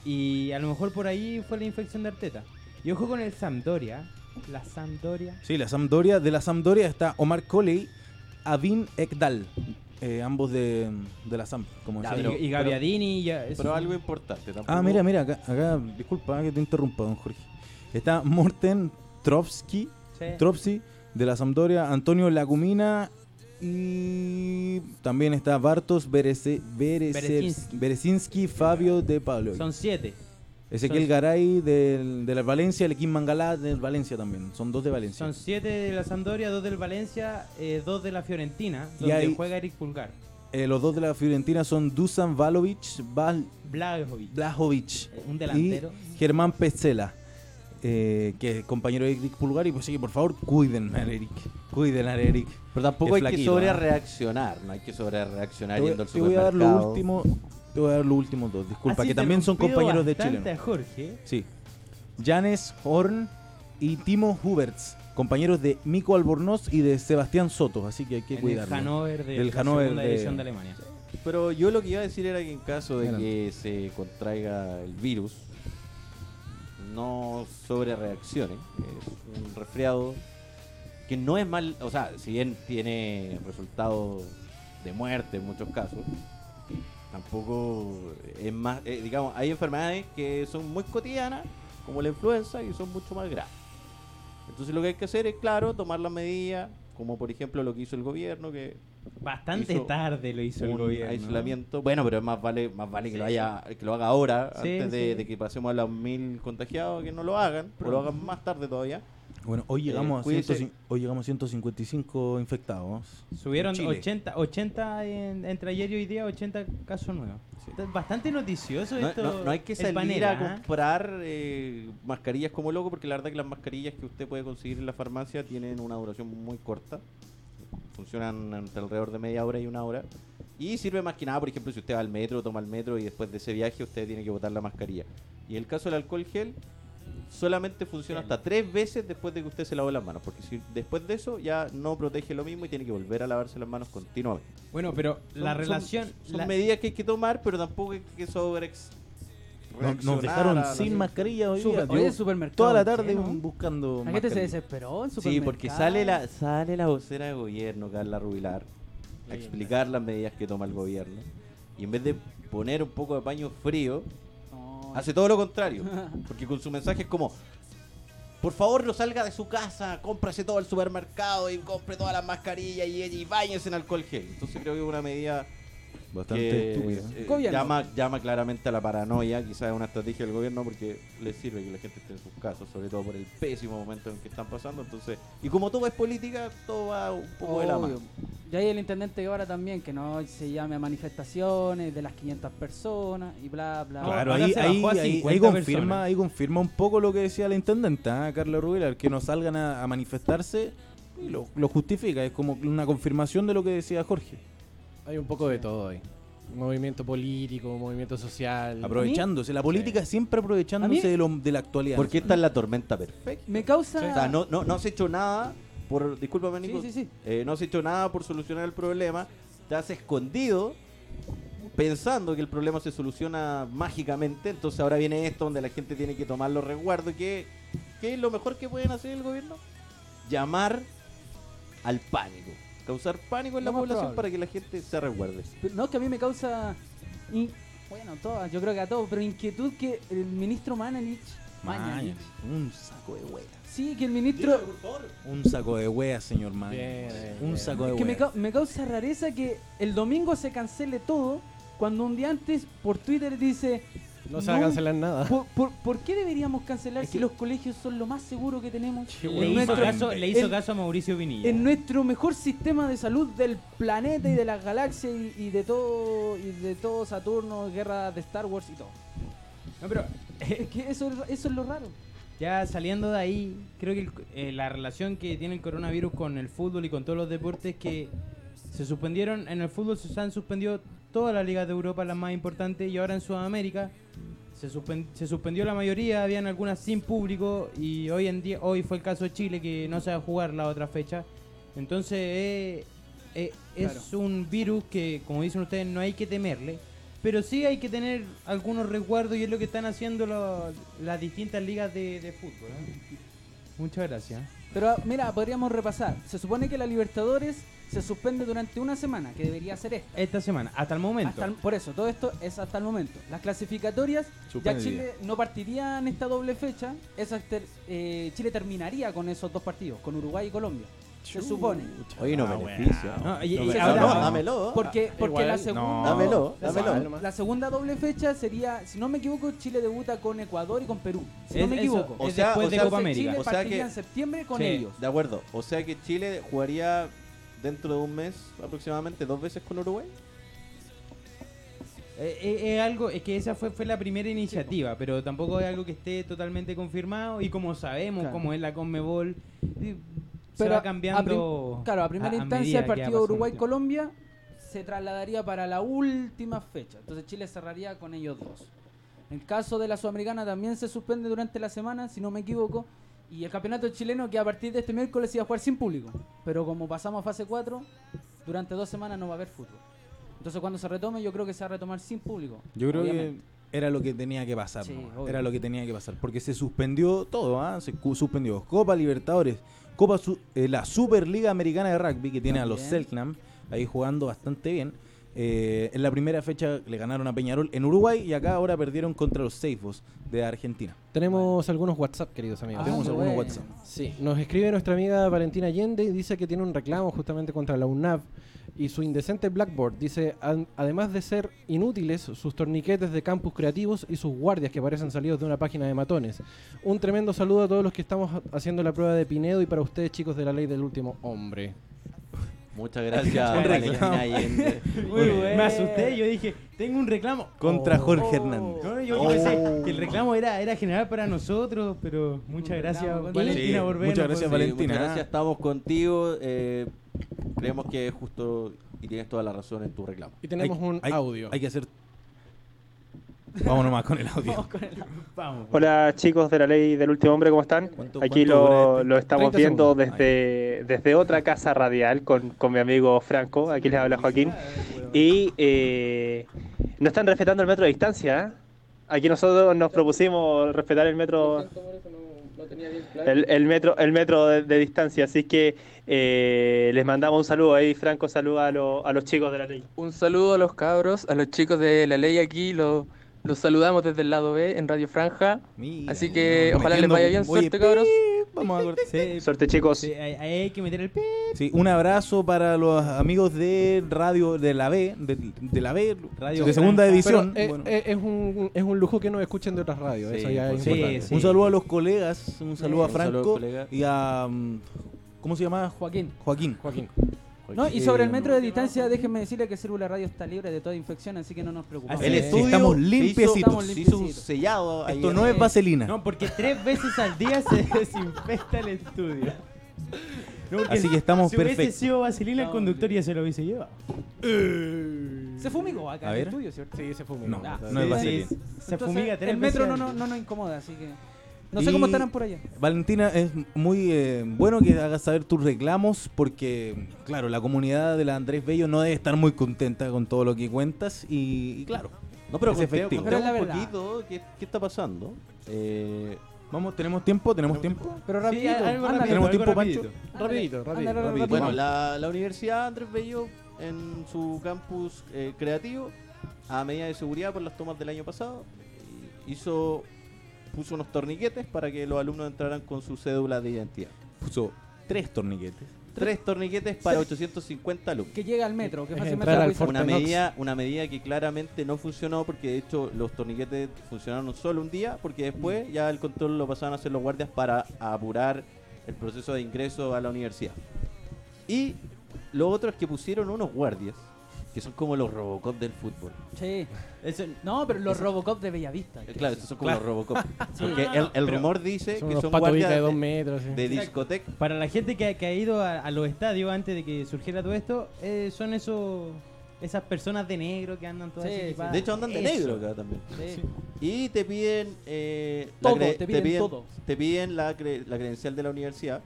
B: y a lo mejor por ahí fue la infección de Arteta. Y ojo con el Sampdoria, la Sampdoria.
A: Sí, la Sampdoria. De la Sampdoria está Omar Coley, Avin Ekdal. eh, ambos de, de la Samp, como
D: Ya,
A: decía.
D: pero-
B: y, y Gaviadini. ya- eso-
D: Pero algo importante tampoco.
A: Ah, mira, mira, acá, acá, disculpa que te interrumpa, don Jorge. Está Morten Tropsky,
B: sí.
A: Tropsy, de la Sampdoria, Antonio Lagumina y también está Bartos Berese- Berese-
B: Berezinski.
A: Berezinski, Fabio de Pablo.
B: Son siete.
A: Ezequiel
B: son-
A: Garay del- de la Valencia, el Kim Mangalá del Valencia también. Son dos de Valencia.
B: Son siete de la Sampdoria, dos del Valencia, eh, dos de la Fiorentina,
A: Y
B: donde
A: hay-
B: juega Eric Pulgar.
A: Eh, los dos de la Fiorentina son Dusan Valovic, Val,
B: Blagovic.
A: Blajovic.
B: Eh, un delantero.
A: Y Germán Petzela, eh, que es compañero de Eric Pulgar. Y pues sí, por favor, cuiden a Eric. Cuiden a Eric.
D: Pero tampoco hay
A: Es
D: que
A: flaquito,
D: sobre
A: ¿ah?
D: reaccionar, no hay que sobre reaccionar
A: Te voy,
D: yendo al
A: te voy a dar lo
D: supermercado.
A: último. Te voy a dar los últimos dos, disculpa,
B: Así
A: que también son
B: interrumpido
A: compañeros de
B: bastante
A: Chile.
B: a Jorge.
A: Sí. Janes Horn y Timo Huberts, compañeros de Mico Albornoz y de Sebastián Soto, así que hay que
B: en
A: cuidarlo.
B: el Hannover de
A: Del
B: la
A: Hannover
B: segunda
A: de-
B: división de Alemania.
D: Pero yo lo que iba a decir era que en caso de
A: Adelante.
D: que se contraiga el virus, no sobre reacciones. Es un resfriado que no es mal, o sea, si bien tiene resultados de muerte en muchos casos, tampoco es más, eh, digamos, hay enfermedades que son muy cotidianas, como la influenza, y son mucho más graves. Entonces lo que hay que hacer es, claro, tomar las medidas, como por ejemplo lo que hizo el gobierno, que
B: Bastante
D: Hizo
B: tarde lo hizo el
D: un
B: gobierno.
D: aislamiento. Bueno, pero más vale, más vale que, lo
B: Sí.
D: haya, que lo haga ahora,
B: Sí,
D: antes de,
B: sí.
D: de que pasemos a los mil contagiados, que no lo hagan, o lo hagan más tarde todavía.
A: Bueno,
B: eh,
A: hoy llegamos, a
D: cuídese.
A: 150 hoy llegamos a 155 infectados.
B: Subieron
A: Chile.
B: 80, 80 en- entre ayer y hoy día, 80 casos nuevos.
D: Sí.
B: Está Bastante noticioso
D: No,
B: esto. ¿ah?
D: no- no hay que
B: el
D: salir
B: panera,
D: a comprar eh, mascarillas como loco, porque la verdad que las mascarillas que usted puede conseguir en la farmacia tienen una duración muy corta. Funcionan entre alrededor de media hora y una hora. Y sirve más que nada, por ejemplo, si usted va al metro, toma el metro y después de ese viaje usted tiene que botar la mascarilla. Y en el caso del alcohol gel, solamente funciona hasta tres veces después de que usted se lave las manos. Porque si después de eso ya no protege lo mismo y tiene que volver a lavarse las manos continuamente.
B: ¿eh? Bueno, pero la
D: Son- son-
B: relación.
D: Son
B: la-
D: medidas que hay que tomar, pero tampoco hay que sobre. ex-
A: Nos,
D: reaccionar
A: dejaron
D: a la-
A: sin mascarilla hoy
C: Super-
A: día.
C: oye,
A: Yo
C: supermercado
A: toda la tarde
C: lleno.
A: buscando
C: La gente se
A: mascarilla.
C: desesperó en
D: Sí,
C: supermercado.
D: porque sale la, sale la vocera de gobierno, Carla Rubilar, a
E: Bien.
D: explicar las medidas que toma el gobierno. Y en vez de poner un poco de paño frío,
C: No,
D: hace todo
B: [laughs]
D: lo contrario. Porque con su mensaje es como. Por favor, no salga de su casa, cómprase todo al supermercado y compre todas las mascarillas y, y báñese en alcohol gel. Entonces creo que es una medida
A: Bastante
D: que,
A: estúpido.
D: eh,
C: Gobierno.
D: llama, llama claramente a la paranoia, quizás es una estrategia del gobierno porque les sirve que la gente esté en sus casas, sobre todo por el pésimo momento en que están pasando. Entonces, y como todo es política, todo va un poco de la mano.
C: obvio. Y ahí el intendente que ahora también, que no se llame a manifestaciones de las 500 personas y bla, bla. bla.
A: Claro,
B: Ahora
A: ahí,
B: se
A: ahí,
B: bajó a
A: ahí-
B: 50
A: ahí confirma,
B: personas.
A: ahí confirma un poco lo que decía la intendenta, ¿eh? Carla Rubilar, que no salgan a, a manifestarse y lo, lo justifica. Es como una confirmación de lo que decía Jorge.
E: Hay un poco de todo ahí. Movimiento político, movimiento
A: Ah,
E: social.
A: Aprovechándose. La política siempre aprovechándose
C: ¿A mí?
A: de, lo- de la actualidad.
D: Porque esta es la tormenta perfecta.
C: Me
D: O
C: causa...
D: sea, no, no, no has hecho nada por. Discúlpame,
C: Sí,
D: Nico.
C: sí, sí.
D: Eh, no has hecho nada por solucionar el problema. Te has escondido pensando que el problema se soluciona mágicamente. Entonces ahora viene esto donde la gente tiene que tomar los resguardos. ¿Qué, qué es lo mejor que pueden hacer el gobierno? Llamar al pánico. Causar pánico en la
C: Lo más
D: población
C: probable.
D: para que la gente se resguarde.
C: Pero No, que a mí me causa. in- Bueno, todas, yo creo que a todos, pero inquietud que el ministro Manalich. Mañalich.
A: Un saco de hueas.
C: Sí, que el ministro.
A: Un saco de hueas, señor Man.
E: Bien, bien,
A: Un
E: bien.
A: saco de
C: Que me,
A: hueas.
C: cau- me causa rareza que el domingo se cancele todo cuando un día antes por Twitter dice.
E: No se va a cancelar nada.
C: ¿Por, por, por qué deberíamos cancelar
D: Es
C: si
D: que-
C: los colegios son lo más seguro que tenemos?
E: Qué
B: Le
E: bueno,
C: en,
B: hizo,
C: nuestro,
A: man.
B: caso, le hizo
C: el-
B: caso a Mauricio Vinilla.
C: en nuestro mejor sistema de salud del planeta y de las galaxias y, y de todo y de todo Saturno, guerra de Star Wars y todo.
B: No, pero
C: Es que eso, eso es lo raro.
B: Ya saliendo de ahí, creo que el- eh, la relación que tiene el coronavirus con el fútbol y con todos los deportes que se suspendieron, en el fútbol se han suspendido todas las ligas de Europa, las más importantes, y ahora en Sudamérica se, suspen- se suspendió la mayoría, habían algunas sin público, y hoy en día, hoy fue el caso de Chile que no se va a jugar la otra fecha. Entonces eh, eh, es un virus que, como dicen ustedes, no hay que temerle. Pero sí hay que tener algunos resguardos y es lo que están haciendo lo- las distintas ligas de, de fútbol. ¿eh? Muchas gracias.
C: Pero mira, podríamos repasar. Se supone que la Libertadores se suspende durante una semana, que debería ser esta.
B: Esta semana, hasta el momento.
C: Hasta el- por eso, todo esto es hasta el momento. Las clasificatorias,
A: Suspendida.
C: ya Chile no partiría en esta doble fecha. Esas ter- eh, Chile terminaría con esos dos partidos, con Uruguay y Colombia. Se supone.
D: Oye, no beneficio.
B: No, y-
E: No,
B: y
E: pero-
B: ahora-
D: no, dámelo.
C: Porque, porque
E: igual,
C: la
E: no.
C: segunda...
D: Dámelo,
E: No,
D: dámelo.
E: no,
C: La segunda doble fecha sería, si no me equivoco, Chile debuta con Ecuador y con Perú. Si no
B: Es-
C: me
B: eso-
C: equivoco.
D: O
B: es
D: sea-
B: después
D: o
B: de
D: sea,
B: Copa
C: Entonces,
B: América.
C: Chile
D: O sea
C: partiría
D: que-
C: en septiembre con
B: Sí.
C: ellos.
D: De acuerdo. O sea que Chile jugaría dentro de un mes aproximadamente dos veces con Uruguay.
B: Eh, eh, es algo, es que esa fue, fue la primera iniciativa, pero tampoco es algo que esté totalmente confirmado y como sabemos
C: Claro.
B: cómo es la Conmebol, y se
C: Pero
B: va
C: a
B: cambiando.
C: prim- claro, a primera instancia
B: medida
C: el
B: que va
C: partido
B: pasando el tiempo.
C: Uruguay-Colombia se trasladaría para la última fecha. Entonces Chile cerraría con ellos dos. El caso de la Sudamericana también se suspende durante la semana, si no me equivoco. Y el campeonato chileno que a partir de este miércoles iba a jugar sin público. Pero como pasamos a fase 4, durante dos semanas no va a haber fútbol. Entonces cuando se retome yo creo que se va a retomar sin público.
A: Yo creo
C: obviamente.
A: que era lo que tenía que pasar.
C: Sí,
A: nomás.
C: obvio.
A: Era lo que tenía que pasar. Porque se suspendió todo, ¿ah? Se cu- suspendió Copa Libertadores, Copa Su- eh, la Superliga Americana de Rugby, que tiene a los
C: También.
A: Selknam ahí jugando bastante bien. Eh, en la primera fecha le ganaron a Peñarol en Uruguay y acá ahora perdieron contra los Seifos de Argentina.
E: Tenemos algunos WhatsApp, queridos amigos.
C: Ah,
A: Tenemos
C: qué
A: algunos
C: bueno.
A: WhatsApp.
E: Sí, nos escribe nuestra amiga Valentina Allende y dice que tiene un reclamo justamente contra la UNAV y su indecente Blackboard. Dice, "Ad- además de ser inútiles, sus torniquetes de campus creativos y sus guardias que parecen salidos de una página de matones. Un tremendo saludo a todos los que estamos ha- haciendo la prueba de Pinedo y para ustedes chicos de la ley del último hombre.
D: Muchas gracias,
B: Un
A: reclamo.
D: Valentina Allende.
C: Muy bueno.
B: Me asusté, yo dije, tengo un reclamo.
A: Contra
B: Oh.
A: Jorge Hernández.
B: No, yo
A: Oh.
B: pensé que el reclamo era, era general para nosotros, pero muchas gracias,
C: reclamo con-
B: Valentina,
D: Sí,
B: por
A: muchas
B: vernos,
A: gracias,
B: por-
D: Sí,
A: Valentina,
D: muchas
A: ¿eh?
D: gracias, estamos contigo. eh, creemos que es justo y tienes toda la razón en tu reclamo.
E: Y tenemos
A: Hay-
E: un
A: hay-
E: audio.
A: Hay que hacer. Vamos nomás con el audio.
B: Vamos.
F: Hola chicos de la ley del último hombre, ¿cómo están?
A: ¿Cuánto-
F: Aquí
A: cuánto dura
F: lo,
A: este?
F: lo estamos
E: 30
F: viendo
E: segundos.
F: desde, desde otra casa radial con, con mi amigo Franco, aquí les habla Joaquín.
A: Ah,
F: Y eh, no están respetando el metro de distancia. ¿eh? Aquí nosotros nos propusimos respetar el metro el, el metro el metro de, de distancia, así que eh, les mandamos un saludo ahí, Franco saluda a, lo- a los chicos de la ley.
G: Un saludo a los cabros, a los chicos de la ley aquí, lo- los saludamos desde el lado B en Radio Franja.
A: Mira,
G: Así que ojalá les
A: metiendo-
G: vaya bien,
A: Oye,
G: suerte cabros.
A: pi, Vamos a cortar.
B: Sí,
F: Suerte chicos.
B: sí, ahí- ahí hay que meter el pie.
A: Sí, un abrazo para los amigos de Radio de la B, de, de la B,
B: Radio
A: de segunda
B: Franja.
E: Pero,
A: edición.
E: eh,
A: Bueno,
E: eh, es, un, es un lujo que nos escuchen de otras radios.
D: Sí,
E: eso ya es
B: sí,
E: importante.
B: sí.
A: un saludo a los colegas, un saludo a
D: Un saludo,
A: Franco
D: colega.
A: y a mm, ¿cómo se llamaba? Jo-
C: Joaquín.
A: Joaquín.
E: Joaquín.
C: No, y sobre
A: Eh,
C: el metro de distancia, déjenme decirle que Célula Radio está libre de toda infección, así que no nos preocupemos.
B: Así
D: El
B: Sí,
D: estudio
A: estamos
D: se hizo-
A: limpiecitos.
D: Estamos Se hizo un
C: limpiecitos.
D: sellado. ahí
A: Esto
D: en-
A: no es vaselina.
B: No, porque tres veces al día se [laughs] desinfecta el estudio. No, porque
A: Así que estamos
B: si hubiese
A: perfectos.
B: sido vaselina, el
C: No,
B: conductor ya se lo hubiese llevado.
C: Se fumigó acá
A: A
C: en el
A: ver.
C: estudio, ¿cierto?
E: Sí, ese fue un
A: No,
E: minuto.
A: no es
B: Sí,
A: vaselina.
B: sí, Se
C: Entonces,
B: fumiga tres
C: El metro
B: veces
C: no,
B: al
C: no,
B: día.
C: no nos incomoda, así que. No sé cómo
A: Y-
C: estarán por allá.
A: Valentina, es muy eh, bueno que hagas saber tus reclamos porque, claro, la comunidad de la Andrés Bello no debe estar muy contenta con todo lo que cuentas y, y claro,
D: No, pero
A: es
D: contemos-
A: efectivo.
D: contemos
C: Pero es
D: un
C: la verdad.
D: poquito qué, qué está pasando. Eh,
A: Vamos, ¿tenemos tiempo? ¿Tenemos tiempo?
C: Pero
B: Sí,
C: rapidito,
B: algo
C: ándale.
B: rápido,
A: ¿Tenemos
B: algo
A: tiempo,
B: rapidito.
A: Pancho?
C: Ándale,
E: Rapidito,
C: ándale,
E: rapidito.
C: rapidito.
D: Bueno,
A: Vamos.
D: la, la Universidad Andrés Bello en su campus eh, creativo, a medida de seguridad por las tomas del año pasado, hizo puso unos torniquetes para que los alumnos entraran con su cédula de identidad.
A: Puso tres torniquetes.
D: Tres torniquetes para 850 alumnos.
C: Que llega al metro, que
E: Es
C: fácilmente
E: entrar
C: la
E: al
C: puede-
E: Fort
D: Una
E: Knox.
D: medida, una medida que claramente no funcionó porque de hecho los torniquetes funcionaron solo un día porque después ya el control lo pasaban a hacer los guardias para apurar el proceso de ingreso a la universidad. Y lo otro es que pusieron unos guardias que son como los Robocop del fútbol.
C: Sí.
B: Eso-
C: No, pero los Robocop de Bellavista.
D: Eh, Claro, estos son como
B: Claro.
D: los Robocop.
C: Sí.
D: Porque
B: No, no,
D: el, el
B: pero
D: rumor dice
E: Son
D: que
E: unos
D: son
E: patos
D: guardias
E: de dos
D: de,
E: metros. sí.
D: de
B: Exacto.
D: discoteca.
B: Para la gente que, ha- que ha ido a, a los estadios antes de que surgiera todo esto, eh, son esos esas personas de negro que andan todas
C: Sí, sí.
B: equipadas.
D: De hecho, andan de
B: Eso.
D: negro acá también.
C: Sí.
D: Y te piden. eh, la
C: Todo,
D: cre-
C: te piden todo.
D: te piden la, cre- la credencial de la universidad,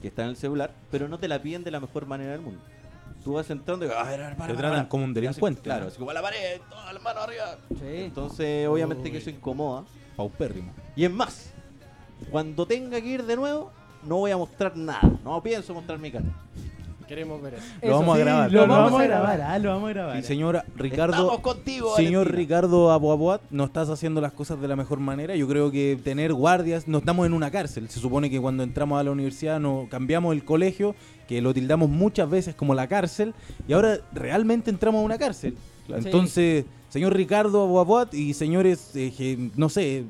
D: que está en el celular, pero no te la piden de la mejor manera del mundo. Tú vas entrando y. "Ah, para, para, para,
A: Te tratan
D: para".
A: como un
D: Y así-
A: delincuente.
D: Claro, así como a la pared, todas las manos arriba.
C: Sí.
D: Entonces, obviamente que eso incomoda.
A: Paupérrimo.
D: Y es más, cuando tenga que ir de nuevo, no voy a mostrar nada. No pienso mostrar mi cara.
E: Queremos ver eso.
A: Lo vamos a grabar.
B: Lo, vamos a grabar, ah, lo vamos a grabar.
A: Y señor
D: Estamos
A: Ricardo,
D: contigo,
A: señor
D: Valentina.
A: Ricardo Aboaboat, no estás haciendo las cosas de la mejor manera. Yo creo que tener guardias, no estamos en una cárcel. Se supone que cuando entramos a la universidad no cambiamos el colegio, que lo tildamos muchas veces como la cárcel, y ahora realmente entramos a una cárcel.
C: Sí.
A: Entonces, señor Ricardo Aboaboat y señores, eh, que, no sé,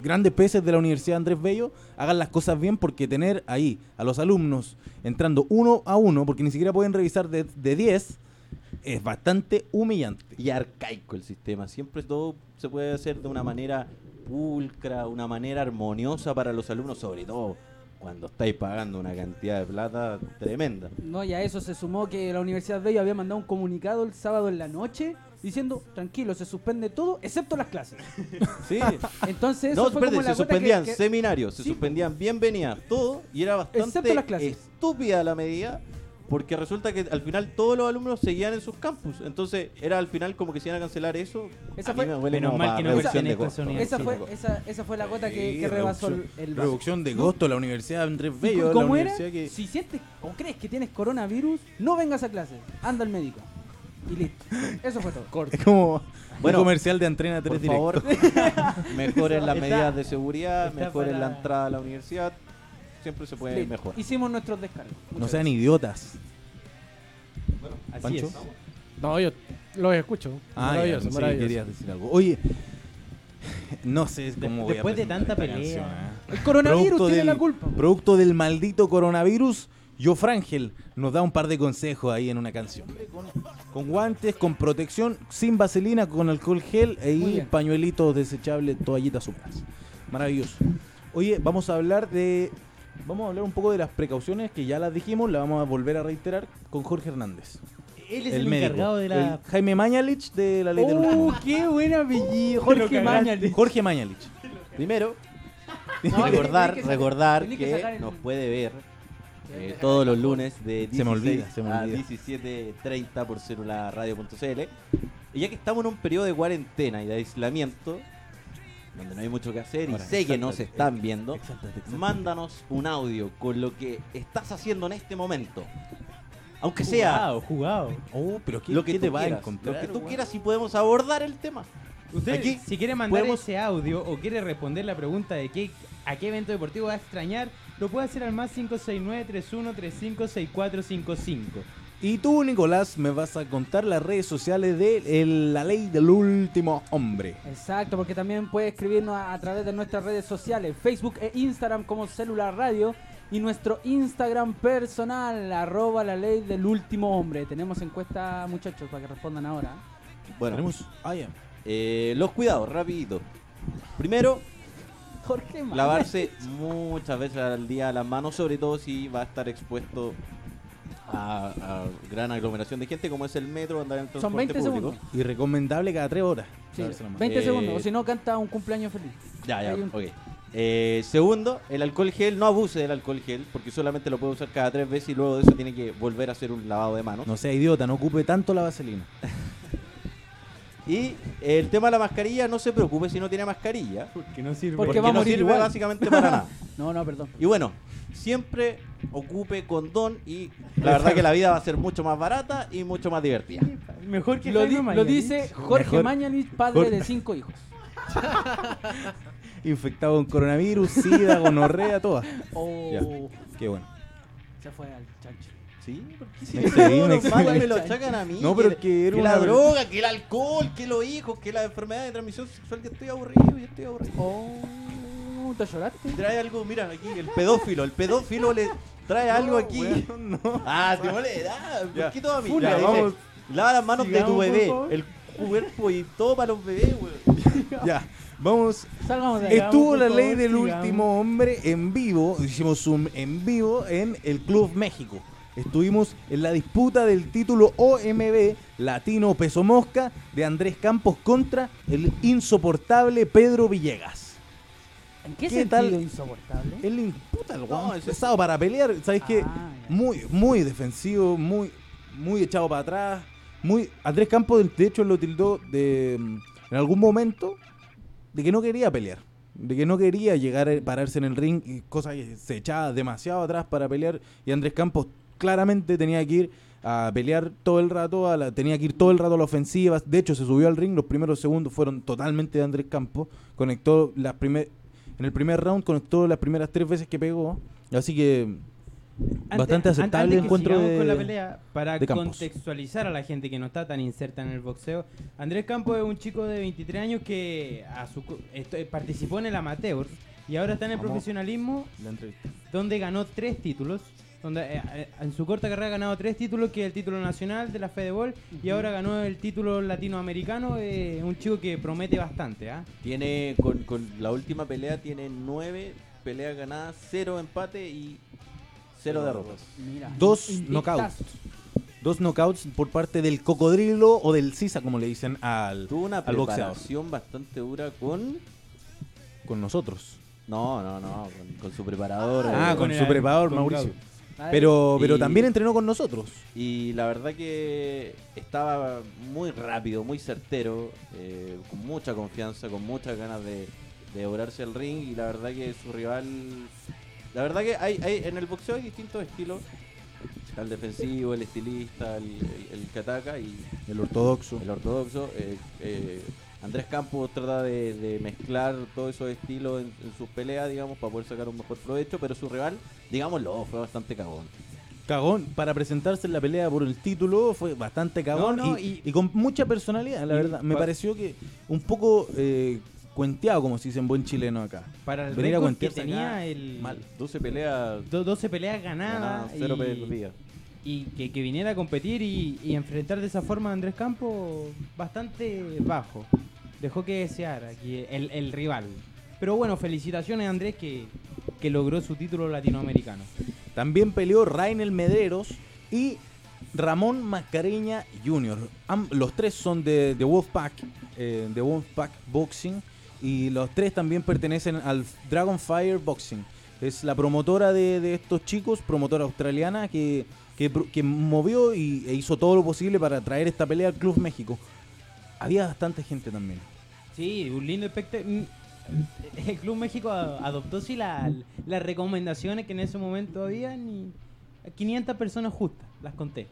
A: grandes peces de la Universidad Andrés Bello, hagan las cosas bien porque tener ahí a los alumnos entrando uno a uno, porque ni siquiera pueden revisar de de 10, es bastante humillante.
D: Y arcaico el sistema. Siempre todo se puede hacer de una manera pulcra, una manera armoniosa para los alumnos, sobre todo cuando estáis pagando una cantidad de plata tremenda.
C: No, y a eso se sumó que la Universidad Bello había mandado un comunicado el sábado en la noche diciendo, tranquilo, se suspende todo, excepto las clases.
D: Sí.
C: Entonces [laughs] eso
D: [laughs] No,
C: fue
D: espérate,
C: como la
D: se
C: gota que-
D: suspendían
C: que-
D: seminarios, se
C: Sí,
D: suspendían bienvenidas, todo, y era
C: Excepto
D: bastante
C: las clases.
D: estúpida la medida, porque resulta que al final todos los alumnos seguían en sus campus, entonces era al final como que se iban a cancelar eso.
C: Esa
D: A mí
C: fue-
D: me huele
B: Menos
D: como
B: mal
D: a
B: que no
D: reducción de
B: pertenezco a esa
D: costo.
B: universidad.
C: Esa fue, esa, esa fue la gota que, que rebasó el, el vaso.
A: Reducción de costo, la Universidad Andrés
C: ¿Y
A: Bello, la
C: ¿Cómo era?
A: universidad que...
C: Si sientes o crees que tienes coronavirus, no vengas a clases. Anda al médico. Y listo. Eso fue todo.
A: [laughs] Es como
D: Bueno,
A: un comercial de Entrena 3
D: Por
A: directo.
D: favor, mejoren las
B: Está-
D: medidas de seguridad,
B: está
D: mejoren la
B: para-
D: entrada a la universidad, siempre se puede
C: Listo.
D: mejorar.
C: Hicimos nuestros descargos.
A: No sean idiotas.
B: Así
A: Pancho.
B: es.
E: No, yo los escucho.
A: Ah, ya,
E: maravilloso,
A: pensé que
E: maravilloso.
A: querías decir algo. Oye, no sé cómo voy a
B: después de
A: presentar
B: tanta
A: esta
B: pelea.
A: canción, ¿eh?
C: El coronavirus
A: Producto
C: tiene
A: del-
C: la culpa.
A: Producto del maldito coronavirus, yo Frangel nos da un par de consejos ahí en una canción. Con, con guantes, con protección, sin vaselina, con alcohol gel e-
C: Muy
A: y
C: bien.
A: pañuelitos desechables, toallitas húmedas. Maravilloso. Oye, vamos a hablar de vamos a hablar un poco de las precauciones que ya las dijimos, las vamos a volver a reiterar con Jorge Hernández.
B: Él es el, encargado de la.
A: el Jaime Mañalich de la ley del
C: ¡Uh,
A: orden.
C: qué buen apellido! Jorge
B: cagaste.
C: Mañalich.
A: Jorge Mañalich.
D: [laughs] Primero,
C: No,
D: recordar,
C: tenés que sacar-
D: recordar
C: tenés
D: que,
C: que sacar el-
D: nos puede ver eh, todos los lunes de 16
A: Se me olvida, se me
D: a
A: olvida.
D: 17.30 por celularradio.cl. Y ya que estamos en un periodo de cuarentena y de aislamiento, donde no hay mucho que hacer y sé que nos están viendo, mándanos un audio con lo que estás haciendo en este momento. Aunque sea
B: Jugado, jugado.
A: Oh, pero ¿qué,
D: lo que
A: qué te
D: tú
A: va a
D: quieras,
A: encontrar?
D: Lo que tú
A: weón?
D: quieras y podemos abordar el tema.
B: Usted,
D: Aquí
B: si quiere mandar
D: podemos-
B: ese audio o quiere responder la pregunta de qué, a qué evento deportivo va a extrañar, lo puede hacer al más 569-3135-6455.
A: Y tú, Nicolás, me vas a contar las redes sociales de el- la ley del último hombre.
C: Exacto, porque también puede escribirnos a, a través de nuestras redes sociales, Facebook e Instagram como Celular Radio y nuestro Instagram personal, arroba la ley del último hombre. Tenemos encuesta, muchachos, para que respondan ahora. [laughs]
D: Bueno,
A: Tenemos. Ah, ya.
D: eh, los cuidados, rapidito. Primero,
C: Jorge Mañalich.
D: lavarse muchas veces al día las manos, sobre todo si va a estar expuesto a, a gran aglomeración de gente, como es el metro, andar en el
C: Son
D: transporte
C: 20
D: público.
C: segundos.
A: Y recomendable cada tres horas.
C: Sí,
A: Lavarse la mano.
C: 20
D: Eh,
C: segundos, o si no canta un cumpleaños feliz.
D: Ya, ya,
C: Hay un-
D: ok. Eh, segundo, el alcohol gel, no abuse del alcohol gel, porque solamente lo puede usar cada tres veces y luego de eso tiene que volver a hacer un lavado de manos.
A: No sea idiota, no ocupe tanto la vaselina.
D: Y el tema de la mascarilla, no se preocupe si no tiene mascarilla,
B: Porque no sirve.
C: Porque
D: porque
C: va a
D: no
C: morir
D: sirve
C: igual.
D: básicamente para
C: [laughs]
D: nada.
C: No, no, perdón.
D: Y bueno, siempre ocupe condón y la verdad que la vida va a ser mucho más barata y mucho más divertida.
B: Mejor que
C: Lo,
B: Jaime
C: di- lo
B: Mañalich.
C: dice Jorge
A: Mejor-
C: Mañalich, padre
A: Jorge-
C: de cinco hijos.
A: Infectado con
D: [laughs]
A: coronavirus, sida, gonorrea, todas.
C: Oh,
A: Ya. Qué bueno.
C: se fue al chancho.
D: Sí, ¿por qué
A: Me excedí, me
D: no,
A: excedí.
D: mal me lo achacan a mí?
A: No, pero que era
D: la
A: una-
D: droga, que el alcohol, que los hijos, que la enfermedad de transmisión sexual, que estoy aburrido, yo estoy aburrido.
C: Oh, ¿te lloraste?
D: Trae algo, mira, aquí, el [laughs] pedófilo, el pedófilo le trae algo aquí.
A: Weón, no.
D: Ah, te molesta, ah, ¿por qué todo a mí?
A: Ya,
D: Ya, dice,
A: vamos.
D: Lava las manos de tu
A: Sigamos, por
D: bebé.
A: favor.
D: El cuerpo y todo para los bebés, weón.
A: Ya, vamos.
C: Salgamos de acá.
A: Estuvo
C: por
A: la
C: favor,
A: ley del
C: sigamos.
A: último hombre en vivo. Hicimos un en vivo en el Club México. Estuvimos en la disputa del título OMB Latino Peso Mosca de Andrés Campos contra el insoportable Pedro Villegas.
C: ¿En qué,
A: ¿Qué
C: sentido
A: tal?
C: insoportable?
A: El in- puta, el
D: No,
A: weón
D: ese-
A: pesado para pelear, ¿sabes
C: Ah,
A: qué?
C: ya.
A: Muy, muy defensivo, muy, muy echado para atrás. Muy, Andrés Campos, de hecho, lo tildó de, mm, en algún momento de que no quería pelear, de que no quería llegar a pararse en el ring, y cosa que se echaba demasiado atrás para pelear. Y Andrés Campos claramente tenía que ir a pelear todo el rato, a la- tenía que ir todo el rato a la ofensiva. De hecho, se subió al ring, los primeros segundos fueron totalmente de Andrés Campos. Conectó las primeras. En el primer round conectó las primeras tres veces que pegó. Así que
B: Antes-
A: Bastante
B: an-
A: aceptable
B: antes que
A: encuentro
B: sigamos
A: de-
B: con la pelea para
A: de Campos.
B: contextualizar a la gente que no está tan inserta en el boxeo. Andrés Campos es un chico de 23 años que a su co- esto- participó en el amateur y ahora está en el
A: Vamos.
B: profesionalismo donde ganó tres títulos. Donde eh, eh, en su corta carrera ha ganado tres títulos, que es el título nacional de la Fedebol, y ahora ganó el título latinoamericano. eh, un chico que promete bastante, ¿ah?
D: Tiene, con, con la última pelea, tiene nueve peleas ganadas, cero empate y cero derrotas.
C: Mira,
A: Dos
C: invictazo.
A: knockouts. Dos knockouts por parte del cocodrilo o del sisa, como le dicen al,
D: Tuvo una
A: al boxeador.
D: preparación bastante dura con...
A: Con nosotros.
D: No, no, no, con, con su preparador.
A: Ah,
D: eh,
A: con
B: el-
A: su preparador,
B: con
A: Mauricio.
B: Gabo. Ah,
C: A ver,
A: Pero, pero
D: Y-
A: también entrenó con nosotros.
D: Y la verdad que estaba muy rápido, muy certero, eh, con mucha confianza, con muchas ganas de, de devorarse el ring. Y la verdad que su rival. La verdad que hay, hay- en el boxeo hay distintos estilos: Está el defensivo, el estilista, el, el- el que ataca y
A: El ortodoxo.
D: el ortodoxo. Eh, eh, Andrés Campos trata de, de mezclar todos esos estilos en, en sus peleas, digamos, para poder sacar un mejor provecho. Pero su rival, digámoslo, fue bastante cagón.
A: Cagón, para presentarse en la pelea por el título fue bastante cagón
B: No, no,
A: y, y con mucha personalidad, la
B: y
A: verdad. Me
B: pa-
A: pareció que un poco eh, cuenteado, como se dice en buen chileno acá.
B: Para el
A: Venir a
B: récord que
A: cuentearse acá,
B: tenía el...
D: Mal, 12 peleas
B: do- 12 peleas ganadas.
D: Nada, cero
B: y-
D: perdida.
B: y que, que viniera a competir y, y enfrentar de esa forma a Andrés Campo bastante bajo. Dejó que desear aquí el, el rival. Pero bueno, felicitaciones a Andrés que, que logró su título latinoamericano.
A: También peleó Rainel Mederos y Ramón Mascareña Jr. Am- los tres son de, de Wolfpack, eh, de Wolfpack Boxing, y los tres también pertenecen al Dragon Fire Boxing. Es la promotora de, de estos chicos, promotora australiana, que, que pro- que movió y, e hizo todo lo posible para traer esta pelea al Club México. Había bastante gente también. [laughs]
B: Sí, un lindo espectáculo. [laughs] El Club México a- adoptó sí la- las recomendaciones que en ese momento habían y 500 personas justas, las conté.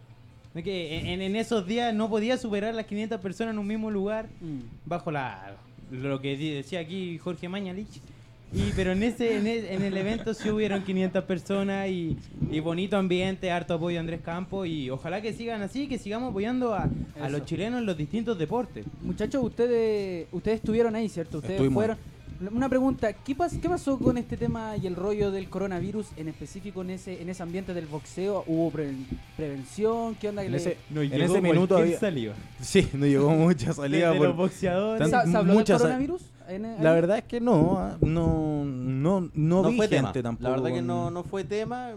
B: De Que en, en esos días no podía superar las 500 personas en un mismo lugar
C: Mm.
B: bajo la lo que di- decía aquí Jorge Mañalich. Y, pero en ese en el, en el evento sí hubieron 500 personas y, y bonito ambiente, harto apoyo a Andrés Campos y ojalá que sigan así, que sigamos apoyando a, a los
C: Eso.
B: chilenos en los distintos deportes.
C: Muchachos, ustedes ustedes estuvieron ahí, ¿cierto? Ustedes
A: Estuvimos.
C: fueron. Una pregunta, ¿qué, pas- ¿qué pasó con este tema y el rollo del coronavirus en específico en ese en ese ambiente del boxeo? ¿Hubo pre- prevención? ¿Qué onda? que
A: En
C: le-
A: ese, en ese minuto había... Sí, no llegó mucha salida.
B: Desde
A: por-
B: los boxeadores.
A: tan-
C: ¿Se, se habló del
A: muchas-
C: coronavirus? en- ahí?
A: La verdad es que no, ah, no, no, no, vi gente tampoco.
D: La verdad que
A: con-
D: no, no fue tema.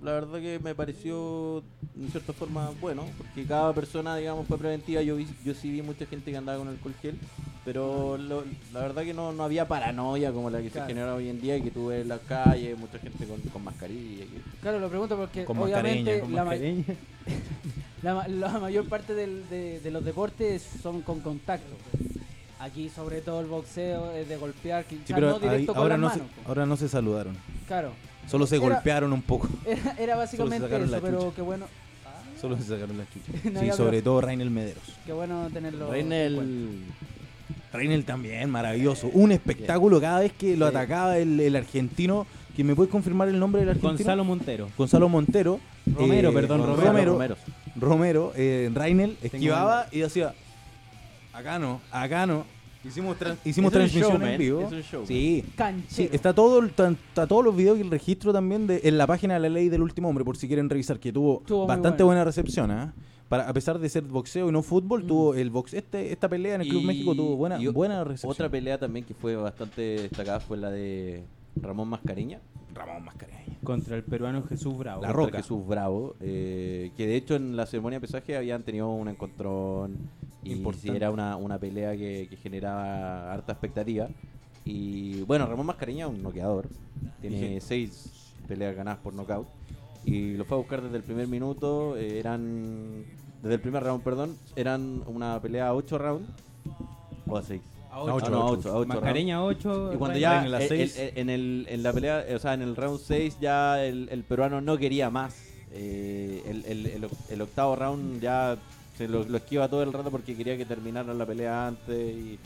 D: La verdad que me pareció, en cierta forma, bueno, porque cada persona, digamos, fue preventiva. Yo, vi, yo sí vi mucha gente que andaba con alcohol gel, pero lo- la verdad que no, no había paranoia como la que
C: Claro.
D: se genera hoy en día y que tú ves en las calles, mucha gente con, con mascarilla. que-
C: Claro, lo pregunto porque
A: Con
C: obviamente
A: mascareña, con
C: la, ma- [laughs] la ma- la mayor parte del- de, de los deportes son con contacto. pues. Aquí sobre todo el boxeo es de golpear, quizás
A: Sí, pero
C: no
A: ahí-
C: directo con
A: ahora,
C: las
A: no se,
C: manos. pues. po.
A: ahora no se saludaron.
C: Claro, [laughs]
A: Solo se
C: Era-
A: golpearon un poco. [laughs]
C: era, era básicamente
A: sacaron la
C: eso, pero
A: chucha.
C: qué bueno,
A: Solo se sacaron las chuchas.
C: [laughs] No,
A: sí,
C: ya,
A: sobre
C: pero-
A: todo Rainel Mederos.
C: qué bueno tenerlo. en cuenta.
D: Reinel,
A: Rainel también, maravilloso. Un espectáculo cada vez que lo
D: Sí.
A: atacaba el, el argentino. ¿Que me puedes confirmar el nombre del argentino?
B: Gonzalo Montero.
A: Gonzalo Montero. eh,
B: Romero, perdón,
A: Gonzalo
B: Romero.
A: Romero. Romero, eh, Rainel esquivaba y hacía. Acá no, acá no. Hicimos, tran- hicimos
D: Es un
A: transmisión
D: showman,
A: en vivo.
D: es un showman.
A: sí, Sí,
C: Canchero.
A: está todo el- tan- está todos los videos y el registro también de, en la página de la ley del último hombre, por si quieren revisar, que tuvo
C: Estuvo muy
A: bastante
C: bueno.
A: buena recepción, ¿ah? para, a pesar de ser boxeo y no fútbol, tuvo el box, este, esta pelea en el Club
D: Y-
A: México tuvo buena,
D: y o-
A: buena recepción.
D: Otra pelea también que fue bastante destacada fue la de Ramón Mascareña.
A: Ramón Mascareña.
B: Contra el peruano Jesús Bravo.
A: La
D: contra
A: Roca.
D: Jesús Bravo, eh, que de hecho en la ceremonia de pesaje habían tenido un encontrón y
A: Importante.
D: sí, era una, una pelea que, que generaba harta expectativa. Y bueno, Ramón Mascareña es un noqueador, tiene
A: Vigente.
D: seis peleas ganadas por nocaut y lo fue a buscar desde el primer minuto, eh, eran desde el primer round, perdón, eran una pelea a ocho rounds o a seis.
B: A
A: ocho,
D: Ah, no, a
A: ocho.
D: ocho, a ocho rounds.
B: Mascareña 8.
D: Y cuando
A: Ryan
D: ya
A: en la
D: el-
A: seis.
D: el- en, el, en la pelea, eh, o sea, en el round 6 ya el, el peruano no quería más. Eh, el, el- el oc- el octavo round ya se lo, lo esquiva todo el rato porque quería que terminara la pelea antes. Y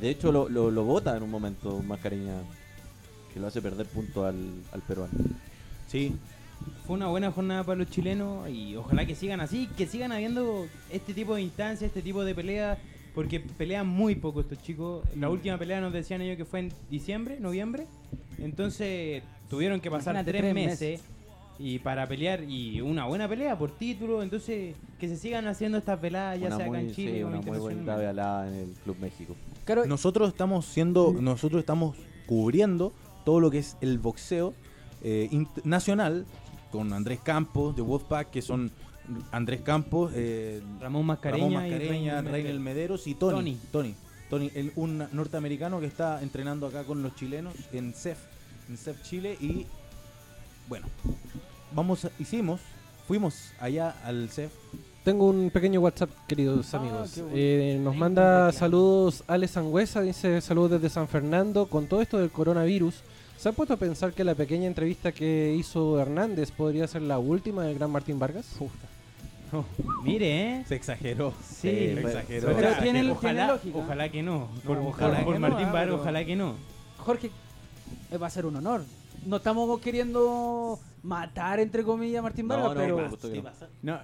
D: de hecho lo, lo, lo bota en un momento Mascareña, que lo hace perder punto al, al peruano.
A: Sí,
B: Fue una buena jornada para los chilenos y ojalá que sigan así, que sigan habiendo este tipo de instancias, este tipo de peleas, porque pelean muy poco estos chicos. La última pelea nos decían ellos que fue en diciembre, noviembre, entonces tuvieron que pasar
C: Imagínate,
B: tres,
C: tres
B: meses. Y para pelear, y una buena pelea por título, entonces que se sigan haciendo estas peladas, ya
D: una
B: sea acá en
D: muy,
B: Chile
D: sí,
B: o
D: una muy bonita
B: internacionalmente.
D: velada en el Club México.
C: Claro,
A: Nosotros estamos siendo, nosotros estamos cubriendo todo lo que es el boxeo eh, int- nacional con Andrés Campos de Wolfpack, que son Andrés Campos, eh,
B: Ramón Mascareña,
A: Ramón
B: y
A: Mascareña,
B: Reynel
A: Reynel Mederos
B: Medeiros.
A: y Tony. Tony. Tony, el- un norteamericano que está entrenando acá con los chilenos en CEF, en CEF Chile y bueno, vamos, a- hicimos, fuimos allá al E CEF.
E: Tengo un pequeño WhatsApp, queridos
A: Ah,
E: amigos.
A: qué bueno.
E: Eh, nos
B: Ahí
E: manda
B: reclamo.
E: saludos Alex Sangüesa, dice saludos desde San Fernando. Con todo esto del coronavirus, ¿se ha puesto a pensar que la pequeña entrevista que hizo Hernández podría ser la última del gran Martín Vargas?
B: Mire, ¿eh?
A: Se exageró.
B: Sí,
D: Eh,
A: se
D: pero-
A: exageró.
C: pero
A: Se
C: tiene-
A: exageró.
C: tiene
B: ojalá,
C: lógica.
B: ojalá que no. por por-
A: ojalá
B: por
A: que no,
B: Martín
C: ah,
B: Varo,
C: pero-
B: ojalá que no.
C: Jorge, eh, va a ser un honor. No estamos queriendo matar, entre comillas, a Martín
D: No,
C: Vargas,
D: no,
C: pero,
D: por supuesto que no.
B: No,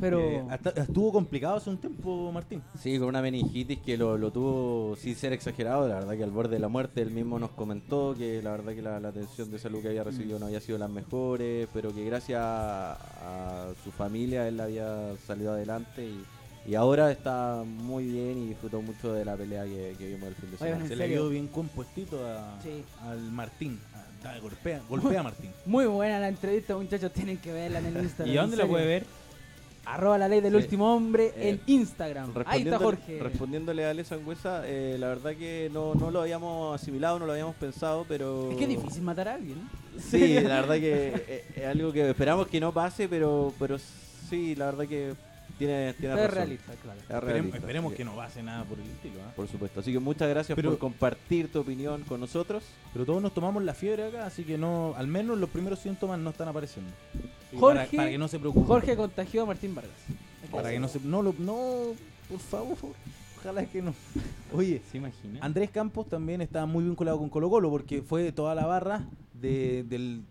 C: pero
A: Eh, hasta- estuvo complicado hace un tiempo, Martín.
D: Sí, con una meningitis que lo, lo tuvo sin ser exagerado, la verdad que al borde de la muerte él mismo nos comentó que la verdad que la, la atención de salud que había
C: Mm.
D: recibido no había sido las mejores, pero que gracias a, a su familia él había salido adelante y, y ahora está muy bien y disfrutó mucho de la pelea que, que vimos el fin de
C: Oye,
D: semana.
C: ¿en
A: Se le
C: serio?
A: quedó bien compuestito a-
C: Sí.
A: al Martín. A- da- golpea, golpea a
C: [laughs]
A: Martín.
C: muy buena la entrevista, muchachos. Tienen que verla en
A: [laughs]
C: el Instagram.
B: ¿Y dónde
C: en
B: la
C: serio.
B: puede ver?
C: Arroba la ley del
D: Sí.
C: último hombre
D: Eh,
C: en Instagram. Ahí está
D: Respondiéndole-
C: Jorge.
D: Respondiéndole a Ale Sangüesa, eh, la verdad que no, no lo habíamos asimilado, no lo habíamos pensado, pero...
C: Es que es difícil matar a alguien. ¿eh? ¿no?
D: Sí, la verdad que eh, es algo que esperamos que no pase, pero pero sí, la verdad que tiene,
C: Pero
D: tiene
C: es
D: razón.
C: realista, claro.
D: Es
A: Esperemos,
D: realista,
A: esperemos
D: así
A: que no pase nada por el estilo. ¿ah?
D: Por supuesto. Así que muchas gracias
A: Pero-
D: por compartir tu opinión con nosotros.
A: Pero todos nos tomamos la fiebre acá, así que no, al menos los primeros síntomas no están apareciendo. Y
C: Jorge-
A: para, para que no se preocupen.
C: Jorge contagió a Martín Vargas.
A: Para que no se. No, lo- no, por favor. [laughs] Ojalá que no. Oye,
B: ¿Se imagina?
A: Andrés Campos también está muy vinculado con Colo Colo porque fue toda la barra de- del,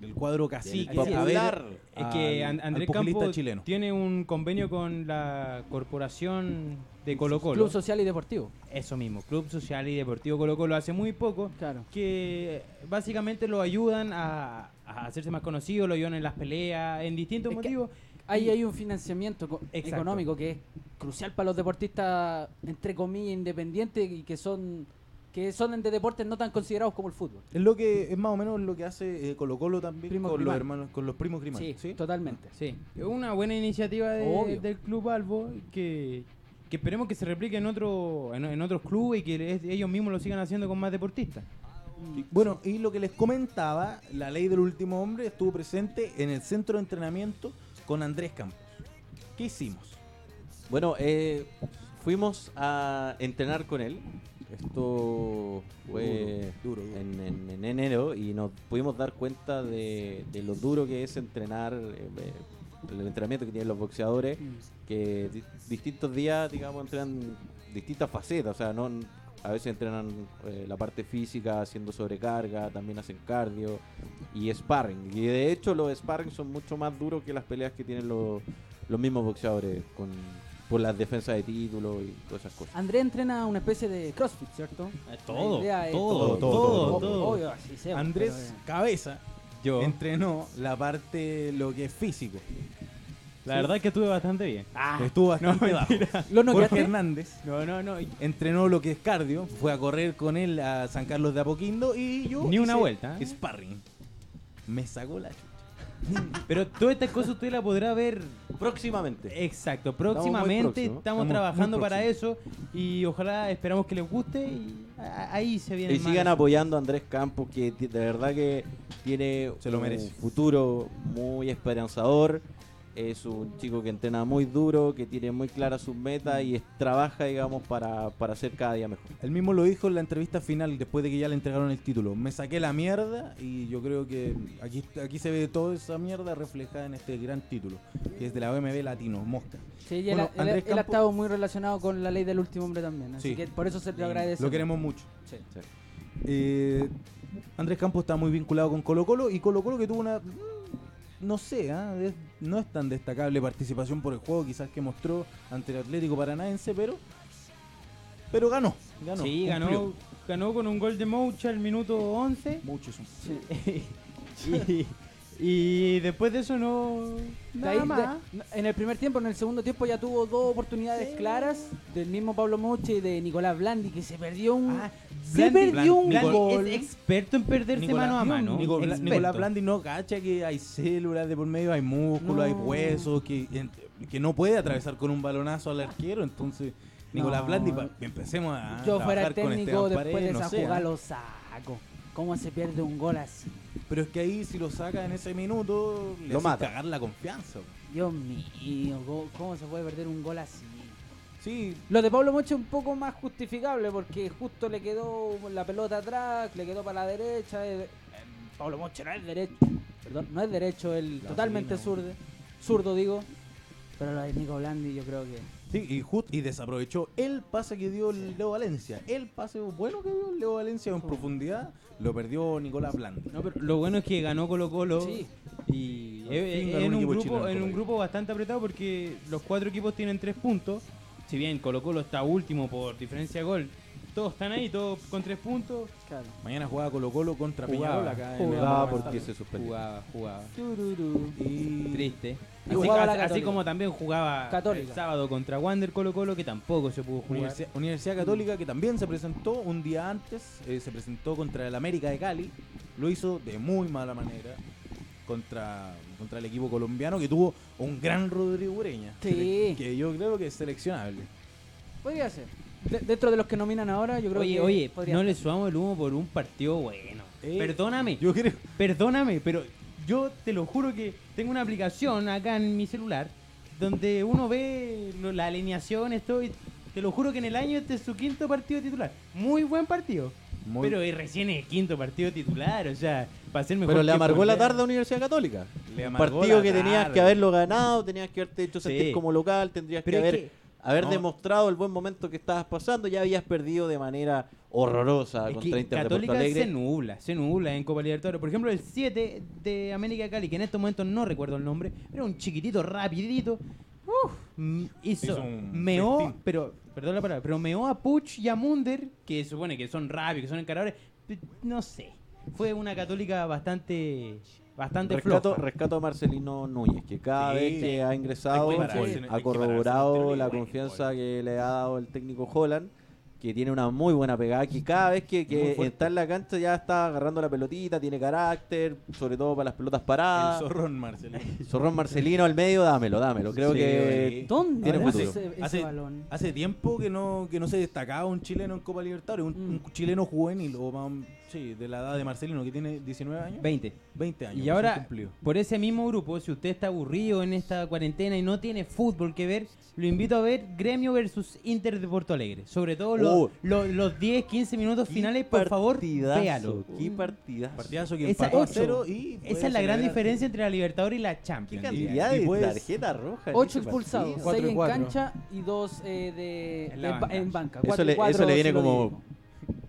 A: del cuadro cacique.
D: Del
A: a ver
D: popular.
B: Es que
A: al-
B: An-
A: al
B: Andrés
A: pugilista
B: Campos
A: chileno.
B: tiene un convenio con la corporación de Colo Colo.
C: Club Social y Deportivo.
B: Eso mismo, Club Social y Deportivo Colo Colo hace muy poco
C: Claro.
B: que básicamente lo ayudan a, a hacerse más conocido, lo ayudan en las peleas, en distintos
C: Es que-
B: motivos.
C: Ahí hay un financiamiento co-
B: Exacto.
C: económico que es crucial para los deportistas, entre comillas, independientes y que son que son de deportes no tan considerados como el fútbol.
A: Es lo que es más o menos lo que hace eh, Colo Colo también
C: Primo
A: con
C: Grimán.
A: los hermanos, con los primos Grimal.
C: Sí,
A: ¿sí?
C: totalmente.
B: Sí, es una buena iniciativa de-
C: Obvio.
B: del Club Albo que, que esperemos que se replique en, otro, en, en otros clubes y que es- ellos mismos lo sigan haciendo con más deportistas.
A: Bueno, y lo que les comentaba, la ley del último hombre estuvo presente en el centro de entrenamiento con Andrés Campos. ¿Qué hicimos?
D: Bueno, eh, fuimos a entrenar con él. Esto
B: Pues,
D: fue
A: Duro, duro, duro.
D: En, en- en enero y nos pudimos dar cuenta de, de lo duro que es entrenar, eh, eh, el entrenamiento que tienen los boxeadores, que di- distintos días, digamos, entrenan distintas facetas. O sea, no a veces entrenan eh, la parte física haciendo sobrecarga, también hacen cardio y sparring. Y de hecho los sparring son mucho más duros que las peleas que tienen los, los mismos boxeadores con, por las defensas de título y todas esas cosas.
C: Andrés entrena una especie de CrossFit, ¿cierto?
B: todo,
C: La idea es-
B: todo,
A: todo,
C: O-
B: todo.
C: Obvio, así sea,
A: Andrés
C: pero, eh,
A: Cabeza
B: Yo.
A: entrenó la parte lo que es físico.
B: La verdad es que estuve bastante bien.
A: Estuvo bastante
B: no,
A: bajo.
C: Ah.
A: Jorge
C: ¿Lo noqueaste?
A: Hernández
B: No, no, no.
A: entrenó lo que es cardio, fue a correr con él a San Carlos de Apoquindo y yo
B: Ni una
A: hice
B: vuelta, ¿eh?
A: Sparring. Me sacó la chucha.
B: Pero todas estas cosas usted la podrá ver
D: Próximamente.
B: exacto.
E: muy
B: Próximamente
E: próximo.
B: estamos,
A: Estamos muy
B: trabajando para
A: próximo.
B: eso y ojalá esperamos que les guste y a- ahí se viene.
D: Y sigan apoyando a Andrés Campos, que ti- de verdad que tiene
A: Se lo merece.
D: un futuro muy esperanzador. Es un chico que entrena muy duro, que tiene muy claras sus metas y es- trabaja, digamos, para, para ser cada día mejor.
A: Él mismo lo dijo en la entrevista final, después de que ya le entregaron el título. Me saqué la mierda y yo creo que aquí, aquí se ve toda esa mierda reflejada en este gran título, que es de la OMB Latino, Mosca.
C: Sí, y él,
A: Bueno,
C: él-
A: Andrés
C: él ha
A: Campos-
C: estado muy relacionado con la ley del último hombre también. Así
A: Sí.
C: que por eso se lo agradece.
A: Lo queremos mucho.
C: Sí.
A: Eh, Andrés Campos está muy vinculado con Colo Colo y Colo Colo que tuvo una... mm, No sé, ah, es- no es tan destacable participación por el juego quizás que mostró ante el Atlético Paranaense, pero... Pero ganó, ganó.
B: Sí, ganó,
A: cumplió.
B: ganó con un gol de Moucha al minuto 11.
A: Mucho es un-
B: [laughs] y, y después de eso no.
C: De ahí-
B: Nada más.
C: de- en el primer tiempo, en el segundo tiempo ya tuvo dos oportunidades claras del mismo Pablo Moche y de Nicolás Blandi que se perdió un
B: Ah,
C: se
B: Blandi-
C: perdió un
B: Blandi
C: gol.
B: es experto en perderse
A: Nicolás-
B: mano a mano.
A: Nico- Bla-
B: experto.
A: Nicolás Blandi no cacha que hay células de por medio, hay músculos,
C: No.
A: hay huesos, que, en- que no puede atravesar con un balonazo al arquero. Entonces, Nicolás
C: No.
A: Blandi, pa- empecemos a.
C: Yo
A: trabajar
C: fuera
A: con
C: técnico
A: Esteban
C: después
A: Paredes,
C: de
A: no
C: esa
A: sé,
C: jugada
A: ¿ah?
C: lo saco. ¿Cómo se pierde un gol así?
A: Pero es que ahí, si lo saca en ese minuto, le
D: Lo
A: hace
D: mata.
A: cagar la confianza. güey.
C: Dios mío, go- ¿cómo se puede perder un gol así?
A: Sí,
C: Lo de Pablo Moche es un poco más justificable porque justo le quedó la pelota atrás, le quedó para la derecha. eh, eh, Pablo Moche no es derecho, perdón, no es derecho, él
A: La
C: totalmente
A: vaselina,
C: zurdo, zurdo digo. Pero lo de Nico Blandi yo creo que...
A: sí y, just- y desaprovechó el pase que dio Leo Valencia. El pase bueno que dio Leo Valencia en profundidad lo perdió Nicolás Blandi.
B: No, pero lo bueno es que ganó Colo Colo
C: Sí.
B: y
A: Al
B: eh,
A: fin
B: eh,
A: ganó
B: en,
A: un
B: un
A: equipo
B: grupo,
A: chileno,
B: en un
A: Colo-Colo.
B: grupo bastante apretado porque los cuatro equipos tienen tres puntos. Si bien Colo Colo está último por diferencia de gol, todos están ahí, todos con tres puntos.
C: Claro.
A: Mañana jugaba Colo Colo contra Peñarol acá en
D: Jugaba
A: el-
D: porque se suspendió.
B: Jugaba, jugaba.
C: Tururú.
A: Y-
B: Triste.
C: Y
B: Así,
C: jugaba la
B: así
C: Católica.
B: como también jugaba
C: Católica.
B: el sábado contra Wander Colo Colo, que tampoco se pudo jugar.
A: Universidad, Universidad Católica, que también se presentó un día antes, eh, se presentó contra el América de Cali, lo hizo de muy mala manera contra, contra el equipo colombiano que tuvo un gran Rodrigo Ureña,
C: Sí.
A: sele- [laughs] que yo creo que es seleccionable.
C: Podría ser. De- dentro de los que nominan ahora, yo creo
B: Oye,
C: que...
B: oye,
C: podría
B: no
C: ser.
B: le subamos el humo por un partido bueno.
A: Eh,
B: Perdóname.
A: Yo creo
B: Perdóname, pero yo te lo juro que tengo una aplicación acá en mi celular donde uno ve lo- la alineación, esto, y te lo juro que en el año este es su quinto partido titular. Muy buen partido.
A: Muy-
B: Pero es recién el quinto partido titular, o sea, para ser mejor.
D: Pero le
B: que
D: amargó la
B: Julián.
D: tarde a Universidad Católica.
A: Le
D: Un
A: amargó
D: partido
A: la
D: que tenías
A: tarde.
D: que haberlo ganado, tenías que haberte hecho
B: Sí.
D: sentir como local, tendrías
B: Pero
D: que
B: es
D: haber,
B: que-
D: haber
A: No.
D: demostrado el buen momento que estabas pasando. Ya habías perdido de manera
B: Es
D: horrorosa
B: que
D: contra Inter de Porto
B: Católica
D: Alegre.
B: se nubla, se nubla en Copa Libertadores. Por ejemplo, el 7 de América de Cali, que en estos momentos no recuerdo el nombre, era un chiquitito, rapidito. Uf, m- hizo,
A: Hizo un
B: meó,
A: festín.
B: pero, perdón la palabra, pero meó a Puch y a Munder, que supone que son rápidos, que son encaradores. p- No sé. Fue una católica bastante, bastante
D: Rescato,
B: floja.
D: rescato a Marcelino Núñez, que cada
A: Sí.
D: vez que ha ingresado
A: Hay que pararse, hay
D: ha
A: que pararse, no
D: corroborado
A: te
D: la
A: olvides,
D: confianza que le ha dado el técnico Holland, que tiene una muy buena pegada, que cada vez que, que
A: Muy fuerte.
D: está en la cancha ya está agarrando la pelotita, tiene carácter, sobre todo para las pelotas
A: el
D: paradas.
A: zorrón Marcelo.
D: Zorrón Marcelino al medio, dámelo, dámelo. Creo
A: Sí,
D: que
A: sí.
C: ¿Dónde
D: Tiene
C: habrá
D: futuro.
C: ese, ese
A: Hace-
C: balón?
A: Hace tiempo que no que no se destacaba un chileno en Copa Libertadores, un,
C: Mm.
A: un chileno juvenil o más- sí, de la edad de Marcelino que tiene 19 años,
B: 20.
A: 20 años.
B: Y
A: recién
B: ahora,
A: cumplido.
B: por ese mismo grupo, si usted está aburrido en esta cuarentena y no tiene fútbol que ver, lo invito a ver Gremio versus Inter de Porto Alegre. Sobre todo los,
D: Oh.
B: los, los 10, 15 minutos
D: Qué
B: finales, por favor,
D: partidazo,
B: véalo.
D: Qué partidazo.
A: Partidazo que
B: Esa-
A: empató a
B: ocho.
A: cero y
B: Esa es la gran
A: puede acelerar.
B: diferencia entre la Libertadores y la
D: Qué
B: Champions.
D: cantidad
A: Y
D: de
A: puedes-
D: tarjeta roja. en
C: 8
D: ese
C: expulsados,
D: partido.
C: 6
E: Cuatro y
C: en
E: cuatro.
C: cancha y 2 de,
B: En la
C: en, ba-
B: banca.
C: en banca.
D: Eso
C: Cuatro y
D: le,
C: cuatro,
D: eso le viene
C: sí lo
D: como.
C: digo.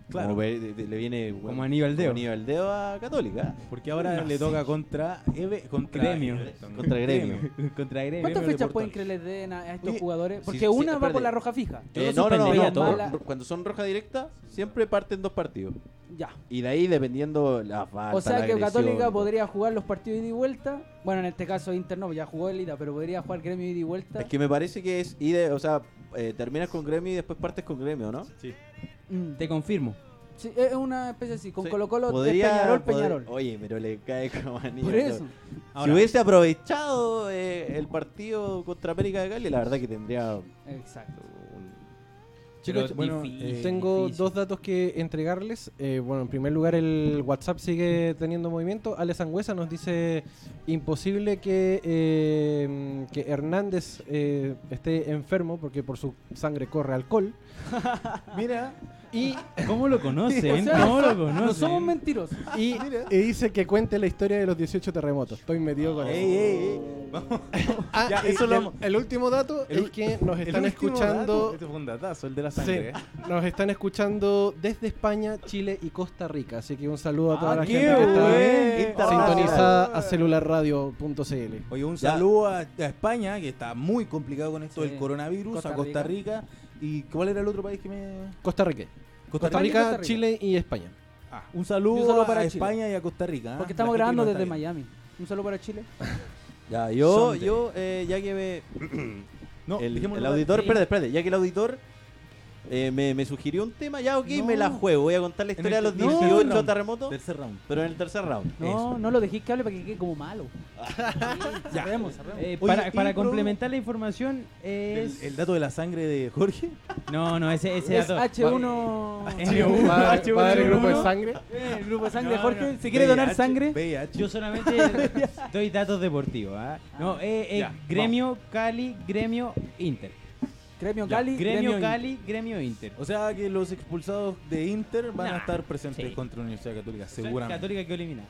A: Claro.
D: como ve- de- de- le viene bueno,
B: Como Aníbal Deo.
D: como Aníbal Deo a Católica. ¿eh?
A: Porque ahora
B: No
A: le
B: sé.
A: toca contra Eve, contra
B: Gremio.
D: Contra Gremio.
B: [laughs] Contra Gremio.
C: ¿Cuántas
A: de
C: fechas
A: Porto
C: pueden que
A: Alegre.
C: les den a a estos
A: Oye,
C: jugadores? Porque
D: sí,
C: una va
D: espérate.
C: por la roja fija.
B: Yo lo
D: Eh, no, no, no,
B: suspendería
D: no,
C: todo.
D: ro- Cuando son roja directa, siempre parten dos partidos.
C: Ya.
D: Y de ahí dependiendo la falta.
C: O sea
D: la
C: que
D: agresión,
C: Católica
D: todo.
C: podría jugar los partidos de ida y vuelta. Bueno, en este caso Inter no, ya jugó el ida, pero podría jugar gremio ida y vuelta.
D: Es que me parece que es ir, de- o sea, eh, terminas con gremio y después partes con gremio, ¿no?
C: Mm.
B: Te confirmo.
C: Sí, es una especie así, con
D: Sí.
C: Colo Colo,
D: Podría-
C: Peñarol,
D: poder- Oh,
C: Peñarol.
D: Oye, pero le cae como anillo.
C: Por
D: al
C: eso.
D: dedo. si
A: Ahora,
D: hubiese aprovechado eh, el partido contra América de Cali, la verdad que tendría
C: Exacto.
D: un-
E: Chicos,
B: Pero
E: bueno,
B: difícil,
E: eh, tengo
B: difícil.
E: dos datos que entregarles. Eh, bueno, en primer lugar, el WhatsApp sigue teniendo movimiento. Ale Sangüesa nos dice: imposible que, eh, que Hernández eh, esté enfermo porque por su sangre corre alcohol.
A: mira,
E: Y,
B: ¿Cómo lo conocen?
C: O sea,
B: ¿Cómo lo
C: Ah, No somos
B: conocen?
C: mentirosos.
A: [laughs]
E: y, y dice que cuente la historia de los 18 terremotos. Estoy metido con
A: ey,
E: eso.
A: ey, ey. Vamos.
E: Ah,
A: Oh. Ya,
E: y
A: eso lo
E: el,
A: vamos-
E: el último dato
A: El
E: es que nos
A: El
E: están
A: último
E: escuchando.
A: dato, Este fue un datazo, el de la
E: Sí,
A: sangre. ¿eh?
E: nos están escuchando desde España, Chile y Costa Rica. Así que un saludo a toda
A: Ah,
E: la
A: qué
E: gente que está
A: bueno. Internacional.
E: sintonizada a celularradio.cl.
A: Oye, un
D: Ya.
A: saludo a, a España, que está muy complicado con esto
C: Sí.
A: del coronavirus,
C: Costa
A: a Costa Rica. ¿Y cuál era el otro país que me...?
E: Costa Rica.
A: Costa
E: Costa
A: Rica.
E: Rica,
C: Costa Rica.
E: Chile y España.
A: Ah, un saludo,
C: Y un saludo para
A: para
C: Chile.
A: España y a Costa Rica.
D: Ah,
A: ¿eh?
C: Porque estamos
A: La gente
C: grabando
A: que
C: desde
A: nos está
C: Miami. Un saludo para Chile.
D: Ya, yo,
A: Someday.
D: yo eh, ya que me,
A: viendo. No,
D: el,
A: dejémoslo
D: el
A: para-
D: auditor,
A: Sí.
D: espérate, espérate, ya que el auditor eh, me, me sugirió un tema, ya ok,
A: No.
D: me la juego, voy a contar la
A: En este-
D: historia de
A: el
D: los
A: tercer
D: 18
A: round.
D: terremotos,
A: Tercer round.
D: pero en el tercer round.
C: No,
A: Eso.
C: no lo dejéis que hable para que quede como
D: [laughs]
C: malo. Sí, cerremos, cerremos.
B: Eh,
A: Oye,
B: para para
A: impro-
B: complementar la información
A: El,
B: es...
A: el dato de la sangre de Jorge.
B: No, no, ese, ese
C: es
B: dato... [laughs]
C: H1.
B: N1.
E: Va a dar- va a dar el
B: H1N1.
E: grupo de sangre.
C: Eh, El grupo de
D: [laughs]
C: sangre.
B: No,
C: Jorge,
B: no.
C: si quiere donar
A: VIH,
C: sangre.
A: VIH.
B: Yo solamente doy datos deportivos. ¿ah? No, es
A: Ya,
B: gremio, Cali, gremio, Inter.
C: Gremio
A: Ya,
C: Cali.
B: gremio,
C: Gremio
B: Cali, gremio, Inter.
A: O sea que los expulsados de Inter van a
B: Nah,
A: estar presentes
B: sí.
A: contra la Universidad Católica,
B: O sea,
A: seguramente.
B: Católica que elimina.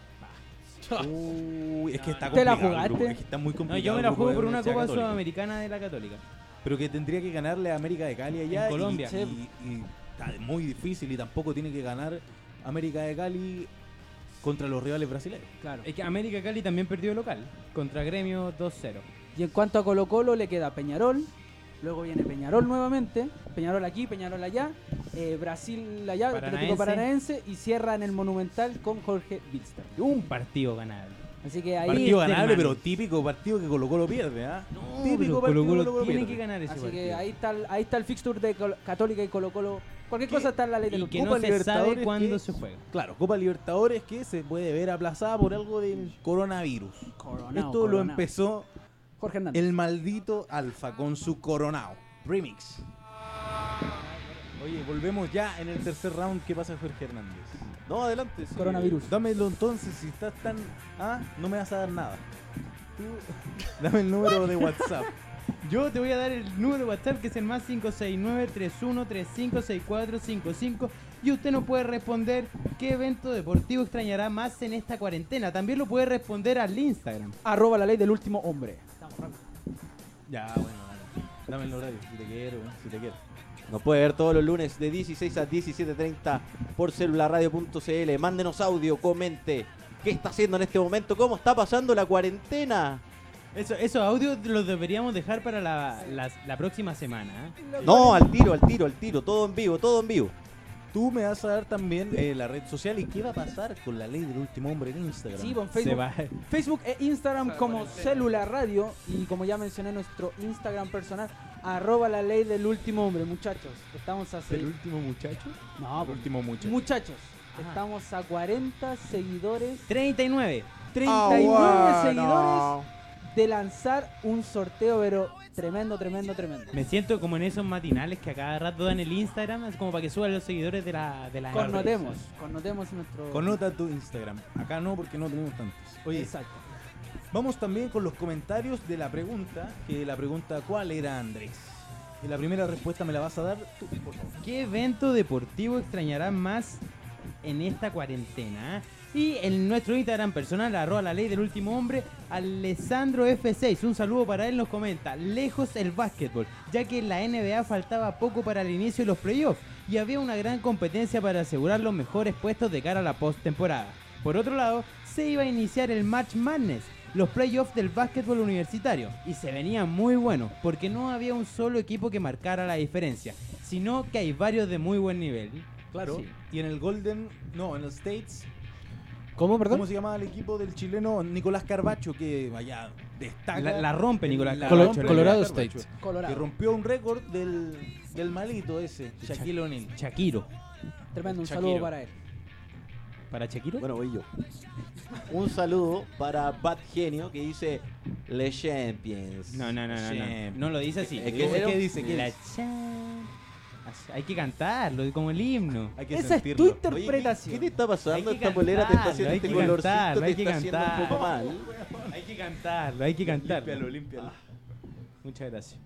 A: Uy, es que está
C: ¿Te la
A: complicado el grupo,
C: jugaste?
A: es que está muy
B: No,
A: complicado.
B: yo me
A: el
B: la
A: grupo
B: juego
A: de
B: por una
A: Universidad
B: Copa
A: Católica.
B: Sudamericana de la Católica.
A: Pero que tendría que ganarle a América de Cali allá.
B: En
A: y-
B: Colombia.
A: Y, y está muy difícil y tampoco tiene que ganar América de Cali contra los rivales brasileños.
C: Claro.
B: Es que América Cali también perdió local contra gremio 2-0.
C: Y en cuanto a Colo Colo le queda Peñarol, luego viene Peñarol nuevamente, Peñarol aquí, Peñarol allá, eh, Brasil allá, Atlético
B: Paranaense.
C: Paranaense y cierra en el Monumental con Jorge Bilster.
B: Un partido ganable.
C: Así que ahí
A: Partido
B: este,
A: ganable,
B: hermano.
A: pero típico partido que Colo Colo pierde, ¿ah?
B: Pero
A: típico partido
B: Colo
A: que
B: Colo
A: Colo-Colo
B: tiene
A: pierde.
B: que ganar ese
C: Así
B: partido.
C: que ahí está, el- ahí está el fixture de Colo- Católica y Colo Colo. Cualquier cosa está en la ley de
B: y
C: los
B: que no
A: Copa
B: se sabe
A: Libertadores
B: cuándo
A: que-
B: se juega.
A: Claro, Copa Libertadores que se puede ver aplazada por algo del coronavirus.
C: Coronao,
A: Esto lo
C: coronao.
A: empezó
C: Jorge Hernández.
A: el maldito Alfa con su coronao. Remix. Oye, volvemos ya en el tercer round. ¿Qué pasa, Jorge Hernández?
D: No, adelante. sí.
C: Coronavirus.
A: Dámelo entonces, si estás tan. Ah, no me vas a dar nada. Tú, [laughs] dame el número de WhatsApp.
B: Yo te voy a dar el número de WhatsApp que es el más 569-3135-6455 y usted nos puede responder qué evento deportivo extrañará más en esta cuarentena. También lo puede responder al Instagram.
C: Arroba la ley del último hombre.
A: Ya, bueno, dale. dame el horario, si te quiero, ¿eh? si te quiero.
D: Nos puede ver todos los lunes de 16 a 17.30 por celularradio.cl. Mándenos audio, comente qué está haciendo en este momento, cómo está pasando la cuarentena.
B: Eso, esos audios los deberíamos dejar para la, las- la próxima semana. ¿eh?
D: No, al tiro, al tiro, al tiro, todo en vivo, todo en vivo.
A: Tú me vas a dar también eh, la red social y qué va a pasar con la ley del último hombre en Instagram.
C: Sí, con
B: Se
C: Facebook.
B: va.
C: Facebook e Instagram como Célula Radio y como ya mencioné nuestro Instagram personal, arroba la ley del último hombre, muchachos. Estamos a
A: ¿El
C: seis-
A: último muchacho?
C: No, pues,
A: el último muchacho.
C: muchachos,
B: Ah.
C: estamos a 40 seguidores,
B: 39.
C: 39 seguidores de lanzar un sorteo, pero tremendo, tremendo, tremendo.
B: Me siento como en esos matinales que a cada rato dan el Instagram, es como para que suban los seguidores de la... De la
C: Connotemos, connotemos nuestro...
A: Connota tu Instagram. Acá no, porque no tenemos tantos. Oye,
C: Exacto.
A: vamos también con los comentarios de la pregunta, que la pregunta ¿cuál era Andrés? Y la primera respuesta me la vas a dar tú, por favor.
B: ¿Qué evento deportivo extrañará más en esta cuarentena? ¿eh? Y en nuestro Instagram personal, arroba la ley del último hombre, Alessandro F6, un saludo para él, nos comenta, lejos el básquetbol, ya que en la NBA faltaba poco para el inicio de los playoffs y había una gran competencia para asegurar los mejores puestos de cara a la postemporada. Por otro lado, se iba a iniciar el Match Madness, los playoffs del básquetbol universitario, y se venían muy buenos, porque no había un solo equipo que marcara la diferencia, sino que hay varios de muy buen nivel.
A: Claro.
B: Sí.
A: Y en el Golden, no, en el States,
E: ¿Cómo, perdón?
A: ¿cómo se llamaba el equipo del chileno Nicolás Carbacho que vaya destaca?
B: La, la rompe Nicolás
A: La
E: Colo-
B: Carbacho, la-
E: Colorado
A: Nicolás Carbacho,
E: State.
A: Que
C: Colorado.
A: rompió un récord del, del malito ese, Shaquille O'Neal.
B: Shakiro.
C: Tremendo, un
A: Shakiro.
C: saludo para él.
B: ¿Para Shakiro?
D: Bueno, voy yo. Un saludo para Bad Genio que dice Le Champions.
B: no, no, no, no, no.
A: Siempre.
B: No lo dice así.
D: Es que-
B: Lo
D: es que
A: dice, ¿qué
B: la
A: dice?
B: cha- Así- Hay que cantarlo como el himno.
A: Hay que
C: Esa es
A: sentirlo.
C: tu
D: Oye, ¿qué-
C: interpretación.
D: ¿Qué te está pasando?
B: Hay que
D: Esta polera te está
B: cantarlo,
D: haciendo
B: hay
D: este
B: que
D: colorcito,
B: cantarlo,
D: te
B: hay que
D: está haciendo un poco mal.
B: Hay que cantarlo, hay que cantarlo.
A: Límpialo,
B: Ah,
A: límpialo.
B: Muchas gracias.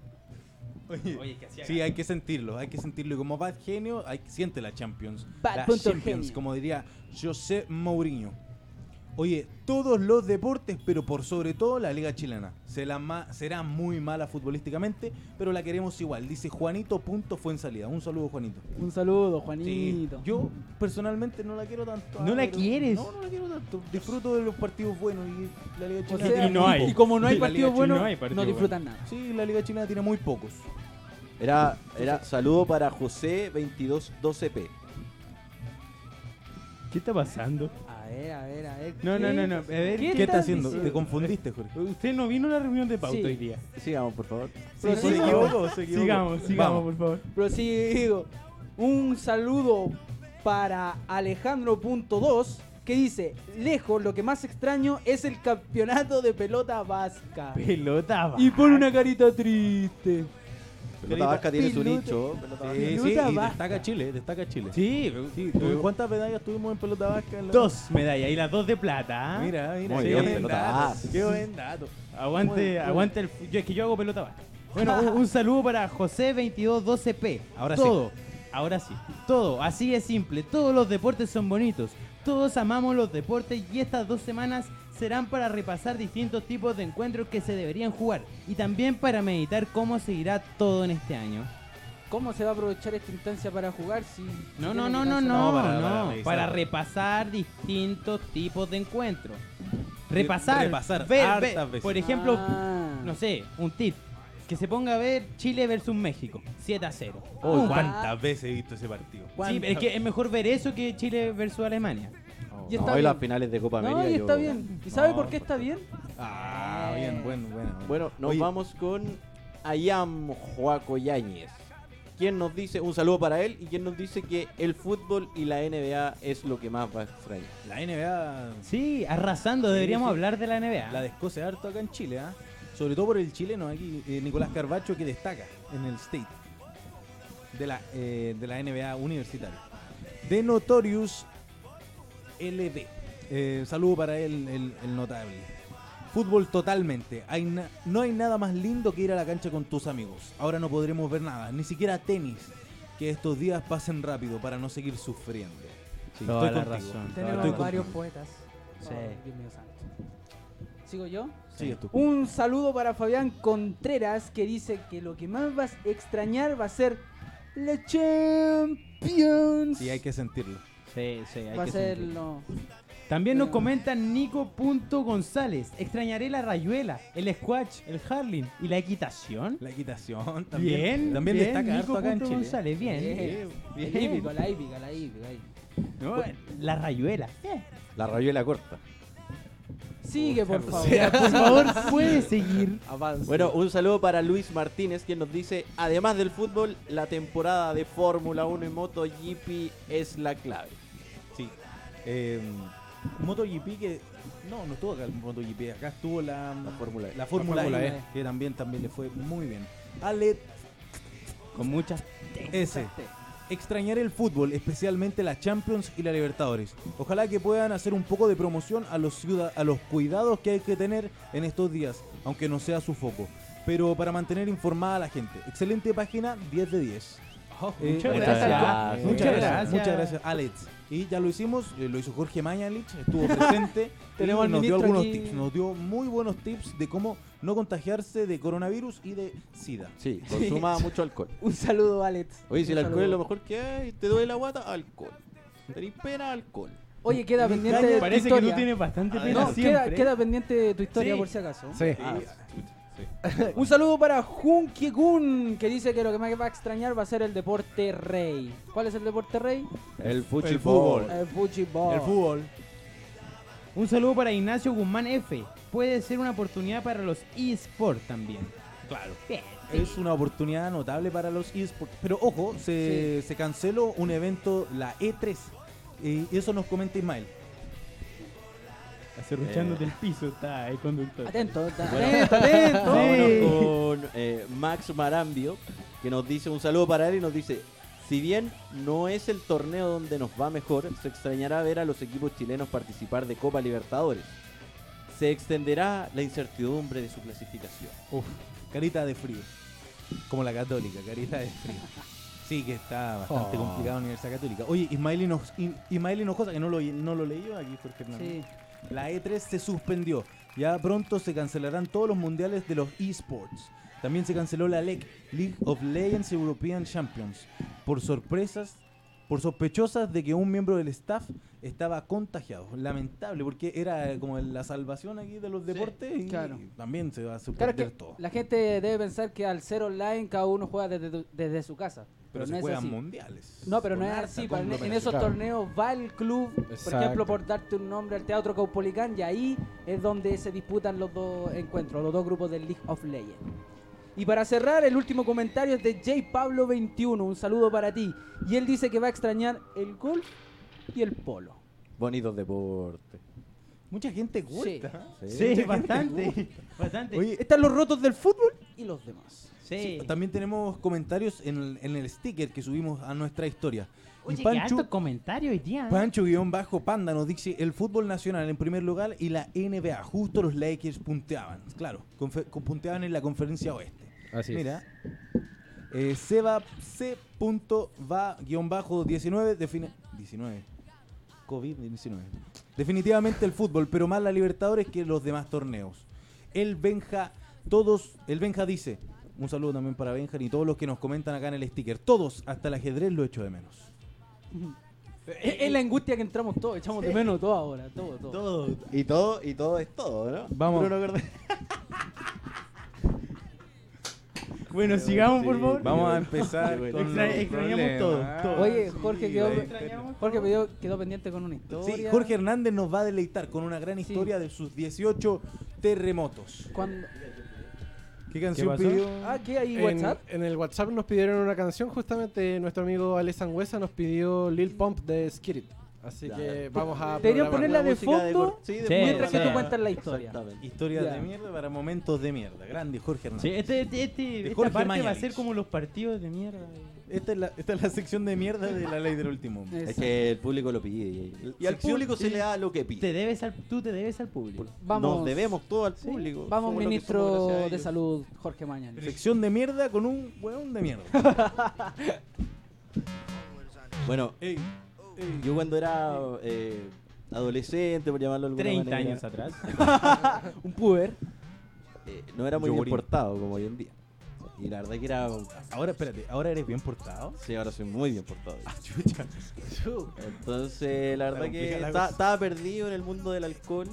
A: Oye,
B: Oye, que hacía
A: Sí, hay que sentirlo, hay que sentirlo. Y como Bad Genio, hay, siente la Champions.
C: Bad
A: la
C: punto
A: Ah, Champions,
C: genio.
A: como diría José Mourinho. Oye, todos los deportes, pero por sobre todo la Liga Chilena. Se la ma- será muy mala futbolísticamente, pero la queremos igual. Dice Juanito punto fue en salida. Un saludo, Juanito.
C: Un saludo,
A: Sí,
C: Juanito.
A: yo personalmente no la quiero tanto. Ah,
B: ¿No la
A: pero-
B: quieres?
A: No, no la quiero tanto. Disfruto de los partidos buenos y la Liga
C: O
A: Chilena.
C: sea,
A: tiene
B: y no
A: muy
B: hay.
A: pocos.
C: Y como no
A: La
C: hay
A: Liga
C: partidos buenos,
B: no hay
C: no
B: partido
C: disfrutan nada.
A: Chilena- Sí, la Liga Chilena tiene muy pocos.
D: Era, era saludo para José 2212P.
B: ¿Qué está pasando?
C: A ver, a ver, a ver.
B: No, no, no, no. A ver,
C: ¿Qué
A: ¿Qué,
C: estás
A: está haciendo?
C: diciendo?
A: Te confundiste, Jorge.
B: Usted no vino a la reunión de pauta
C: Sí.
B: hoy día.
D: Sigamos, por favor.
A: Sí, se
C: Sigamos.
A: equivocó, se equivocó.
B: Sigamos, sigamos,
A: Vamos.
B: por favor.
C: Prosigo. Un saludo para Alejandro.2 que dice, lejos lo que más extraño es el campeonato de pelota vasca.
B: Pelota baja.
C: Y pone una carita triste.
D: Pelota Vasca tiene su
C: Pelota-
D: nicho. Pelota Vasca.
A: Sí, sí,
C: Pelota
A: y
C: vasca.
A: destaca Chile, destaca Chile.
B: Sí,
A: Sí,
B: tuve
A: ¿Cuántas medallas tuvimos en pelota vasca? en la-
B: dos medallas y las dos de plata. ¿ah?
A: Mira, mira.
D: Muy
A: qué
D: bien,
A: buen
D: pelota
A: dato,
D: vasca.
A: Qué buen dato.
B: Aguante, aguante el. fu- Yo, es que yo hago pelota baja. Bueno, un, un saludo para José2212P.
A: Ahora sí.
B: todo, Ahora sí. Todo. Así es simple. Todos los deportes son bonitos. Todos amamos los deportes y estas dos semanas serán para repasar distintos tipos de encuentros que se deberían jugar y también para meditar cómo seguirá todo en este año.
C: ¿Cómo se va a aprovechar esta instancia para jugar si...
B: No,
C: si
B: no,
C: tiene
B: no,
C: que
B: no,
C: cancelar?
B: no,
A: No, para-
B: no.
A: para
B: Para,
A: revisar.
B: repasar distintos tipos de encuentros. Repasar.
A: repasar
B: ver,
A: hartas
B: ver,
A: veces.
B: Por ejemplo,
C: Ah.
B: no sé, un tip. Que se ponga a ver Chile versus México, 7 a 0.
A: Oh,
B: Un par-
A: ¿Cuántas veces he visto ese partido?
B: Sí,
C: ¿Cuántas?
B: es que es mejor ver eso que Chile versus Alemania.
C: Y
D: No,
C: está
D: hoy
C: bien.
D: las finales de Copa América.
C: No, y
D: yo-
C: está bien. ¿Y sabe
A: No,
C: por qué
B: pues,
C: está bien?
A: Ah, bien, bueno, bueno.
D: Bueno, nos
A: Oye,
D: vamos con Ayam Joaco Yáñez. Quien nos dice, un saludo para él, y quien nos dice que el fútbol y la NBA es lo que más va a extrañar.
A: La NBA
B: Sí, arrasando,
A: sí.
B: deberíamos hablar de la NBA.
A: la descoce harto acá en Chile, ¿ah? Sobre todo por el chileno aquí, eh, Nicolás Carbacho, que destaca en el state de la, eh, de la NBA universitaria. De Notorious LB. Eh, saludo para él, el, el notable. Fútbol totalmente. Hay na- no hay nada más lindo que ir a la cancha con tus amigos. Ahora no podremos ver nada, ni siquiera tenis. Que estos días pasen rápido para no seguir sufriendo. Sí,
B: Toda
A: estoy
B: la
A: contigo.
B: razón, toda la
A: Estoy
C: Tenemos
A: contigo.
C: varios poetas.
B: Sí.
C: Oh, Dios mío santo. ¿Sigo yo?
A: Sigues tú.
C: Un saludo para Fabián Contreras que dice que lo que más vas a extrañar va a ser la Champions.
A: Sí, hay que sentirlo.
B: Sí, sí, hay
C: va a
B: que
C: ser
B: sentirlo.
C: lo-
B: También nos
C: Pero-
B: comenta Nico.gonzález. Extrañaré la rayuela, el squash, el harling y la equitación.
A: La equitación [laughs] también.
B: Bien,
A: también
B: bien,
A: destaca harto
B: Nico
A: acá en
B: Punto
A: Chile.
B: González, bien. Eh,
C: Bien.
B: Bien.
C: La hípica, la hípica, la hípica, la hípica.
B: No, la rayuela.
D: La rayuela corta.
C: Sigue, por favor.
B: Por
A: [laughs]
B: favor, puede seguir.
D: Bueno, un saludo para Luis Martínez, quien nos dice, además del fútbol, la temporada de Fórmula 1 y MotoGP es la clave.
A: Sí. Eh, MotoGP que. No, no estuvo acá el MotoGP. Acá estuvo la,
D: La Fórmula E.
A: la Fórmula
C: Fórmula
A: E,
C: E.
A: que también, también le fue muy bien. Ale
B: Con muchas.
A: S. Extrañar el fútbol, especialmente la Champions y la Libertadores. Ojalá que puedan hacer un poco de promoción a los, ciuda- a los cuidados que hay que tener en estos días, aunque no sea su foco. Pero para mantener informada a la gente. Excelente página, 10 de 10. Eh,
B: muchas
A: muchas
B: gracias.
D: gracias.
A: Muchas
B: Muchas
A: gracias,
B: gracias.
A: muchas gracias, Alex. Y ya lo hicimos, eh, lo hizo Jorge Mañalich, estuvo presente. y
C: Tenemos al
A: nos dio
C: ministro
A: algunos
C: aquí.
A: tips, nos dio muy buenos tips de cómo no contagiarse de coronavirus y de SIDA.
D: [laughs] Sí, consuma mucho alcohol.
C: [laughs] Un saludo, Alex.
D: Oye, si
C: Un
D: el alcohol es
C: saludo.
D: lo mejor que hay, te duele la guata, alcohol. Tenés pena, alcohol.
C: Oye, queda
A: Me
C: pendiente
A: engaña,
C: de tu
B: Parece que
C: historia.
B: tú tienes bastante pena
C: No, queda,
B: siempre.
C: queda pendiente de tu historia
B: Sí.
C: por si acaso.
E: Sí.
D: Ah,
A: deporte.
C: Un saludo para Jun Kun, que dice que lo que más va a extrañar va a ser el deporte rey. ¿Cuál es el deporte rey?
D: El
A: El fútbol.
C: El fútbol.
A: El fútbol.
B: Un saludo para Ignacio Guzmán F. Puede ser una oportunidad para los eSports también.
A: Claro. Es una oportunidad notable para los esports. Pero ojo, se, se canceló un evento, la E3. Y eso nos comenta Ismael.
B: Acerruchándote el piso está el conductor.
C: Atento, está-
D: Bueno.
A: [laughs]
C: atento, atento.
D: [laughs] Vámonos con eh, Max Marambio, que nos dice un saludo para él y nos dice, si bien no es el torneo donde nos va mejor, se extrañará ver a los equipos chilenos participar de Copa Libertadores. Se extenderá la incertidumbre de su clasificación.
A: Uf, carita de frío. Como la católica, carita de frío. Sí, que está bastante
E: Oh.
A: complicada la Universidad Católica. Oye, Ismael Hinojosa, Ismael Hinojosa, que no lo, no lo leí yo aquí, Jorge Hernández.
C: Sí.
A: La E3 se suspendió. Ya pronto se cancelarán todos los mundiales de los esports. También se canceló la LEC, League of Legends European Champions, por sorpresas, por sospechosas de que un miembro del staff estaba contagiado. Lamentable, porque era como la salvación aquí de los deportes y
C: claro.
A: también se va a
C: Claro
A: suspender
C: que
A: todo.
C: la gente debe pensar que al ser online cada uno juega desde, desde su casa.
A: Pero,
C: Pero,
A: se
C: no es
A: juegan
C: así.
A: mundiales.
C: No, pero no
A: Con
C: es
A: harta
C: así. pa- En en
A: conglomeración.
C: esos
E: claro.
C: torneos va el club, por
E: Exacto.
C: ejemplo, por darte un nombre al Teatro Caupolicán, y ahí es donde se disputan los dos encuentros, los dos grupos del League of Legends. Y para cerrar, el último comentario es de J. Pablo21. Un saludo para ti. Y él dice que va a extrañar el golf y el polo.
D: Bonitos deportes.
A: Mucha gente gusta. ¿ah?
B: Sí, bastante. Bastante.
A: Oye,
C: Están los rotos del fútbol y los demás.
B: sí.
A: Sí, También tenemos comentarios en el, en el sticker que subimos a nuestra historia.
B: Oye,
A: y
B: qué
A: Pancho,
B: alto comentario hoy día. ¿eh?
A: Pancho-Bajo Panda nos dice el fútbol nacional en primer lugar y la NBA. Justo los Lakers punteaban. Claro, confe- con- punteaban en la conferencia oeste.
E: Así es.
A: Mira. eh, Seba C.va-19 define 19. COVID-19. Definitivamente el fútbol, pero más la Libertadores que los demás torneos. El Benja, todos, el Benja dice, un saludo también para Benja y todos los que nos comentan acá en el sticker. Todos, hasta el ajedrez lo echo de menos.
C: Es, es la angustia que entramos todos, echamos de menos todo ahora, todo, todo.
D: Todo. Y todo, y todo es todo, ¿no?
A: Vamos.
D: Bruno Cordero.
B: Bueno, sigamos, por
D: Sí,
B: favor.
A: Vamos a empezar
D: Qué bueno.
A: con
B: Extra-
A: los
B: extrañamos
A: problemas.
B: todo, todo.
C: Oye, Jorge
A: Sí,
C: quedó,
A: la
B: extrañamos
C: Jorge
B: todo.
C: pidió- quedó pendiente con una historia.
A: Sí, Jorge Hernández nos va a deleitar con una gran historia de sus 18 terremotos.
C: Cuando-
A: ¿Qué canción
B: pasó?
A: pidió?
C: Ah, ¿qué hay
E: En,
C: WhatsApp?
E: en el WhatsApp nos pidieron una canción, justamente nuestro amigo Alex Sangüesa nos pidió Lil Pump de Skirit. Así que vamos a.
C: Deberían
E: programar.
C: ponerla de
D: música de
C: fondo
D: cor- sí, de
B: Sí,
D: fondo.
C: mientras que
B: sí.
C: tú cuentas la historia.
D: Exactamente.
A: Historias
C: Ya.
A: de mierda para momentos de mierda. Grande Jorge Hernández.
B: Sí, este, este- este- esta
A: Jorge
B: parte va a
A: Mañalich.
B: ser como los partidos de mierda.
A: Esta, es la, esta es la sección de mierda de la ley del último hombre.
D: Es
C: Exacto.
D: que el público lo pide. Y, al
B: Sección-
D: público se le da lo que
B: Te
D: pide.
B: debes al, tú te debes al público.
C: Vamos,
D: Nos debemos todo al público.
C: vamos
D: Somos lo que
C: ministro
D: somos gracias a
C: de
D: ellos.
C: Salud, Jorge Mañan.
A: Sección de mierda con un hueón de mierda. [laughs]
D: Bueno,
A: Ey, ey.
D: Yo cuando era eh, adolescente, por llamarlo de alguna
B: 30
D: manera,
B: años atrás.
C: Un puber.
D: eh, no era muy bien
A: Yogurín.
D: portado como hoy en día. Y la verdad que era...
A: Ahora, espérate, ¿ahora eres bien portado?
D: Sí, ahora soy muy bien portado.
A: Ah, Chucha.
D: Entonces, la verdad que
A: complicada la
D: esta-
A: cosa.
D: estaba perdido en el mundo del alcohol.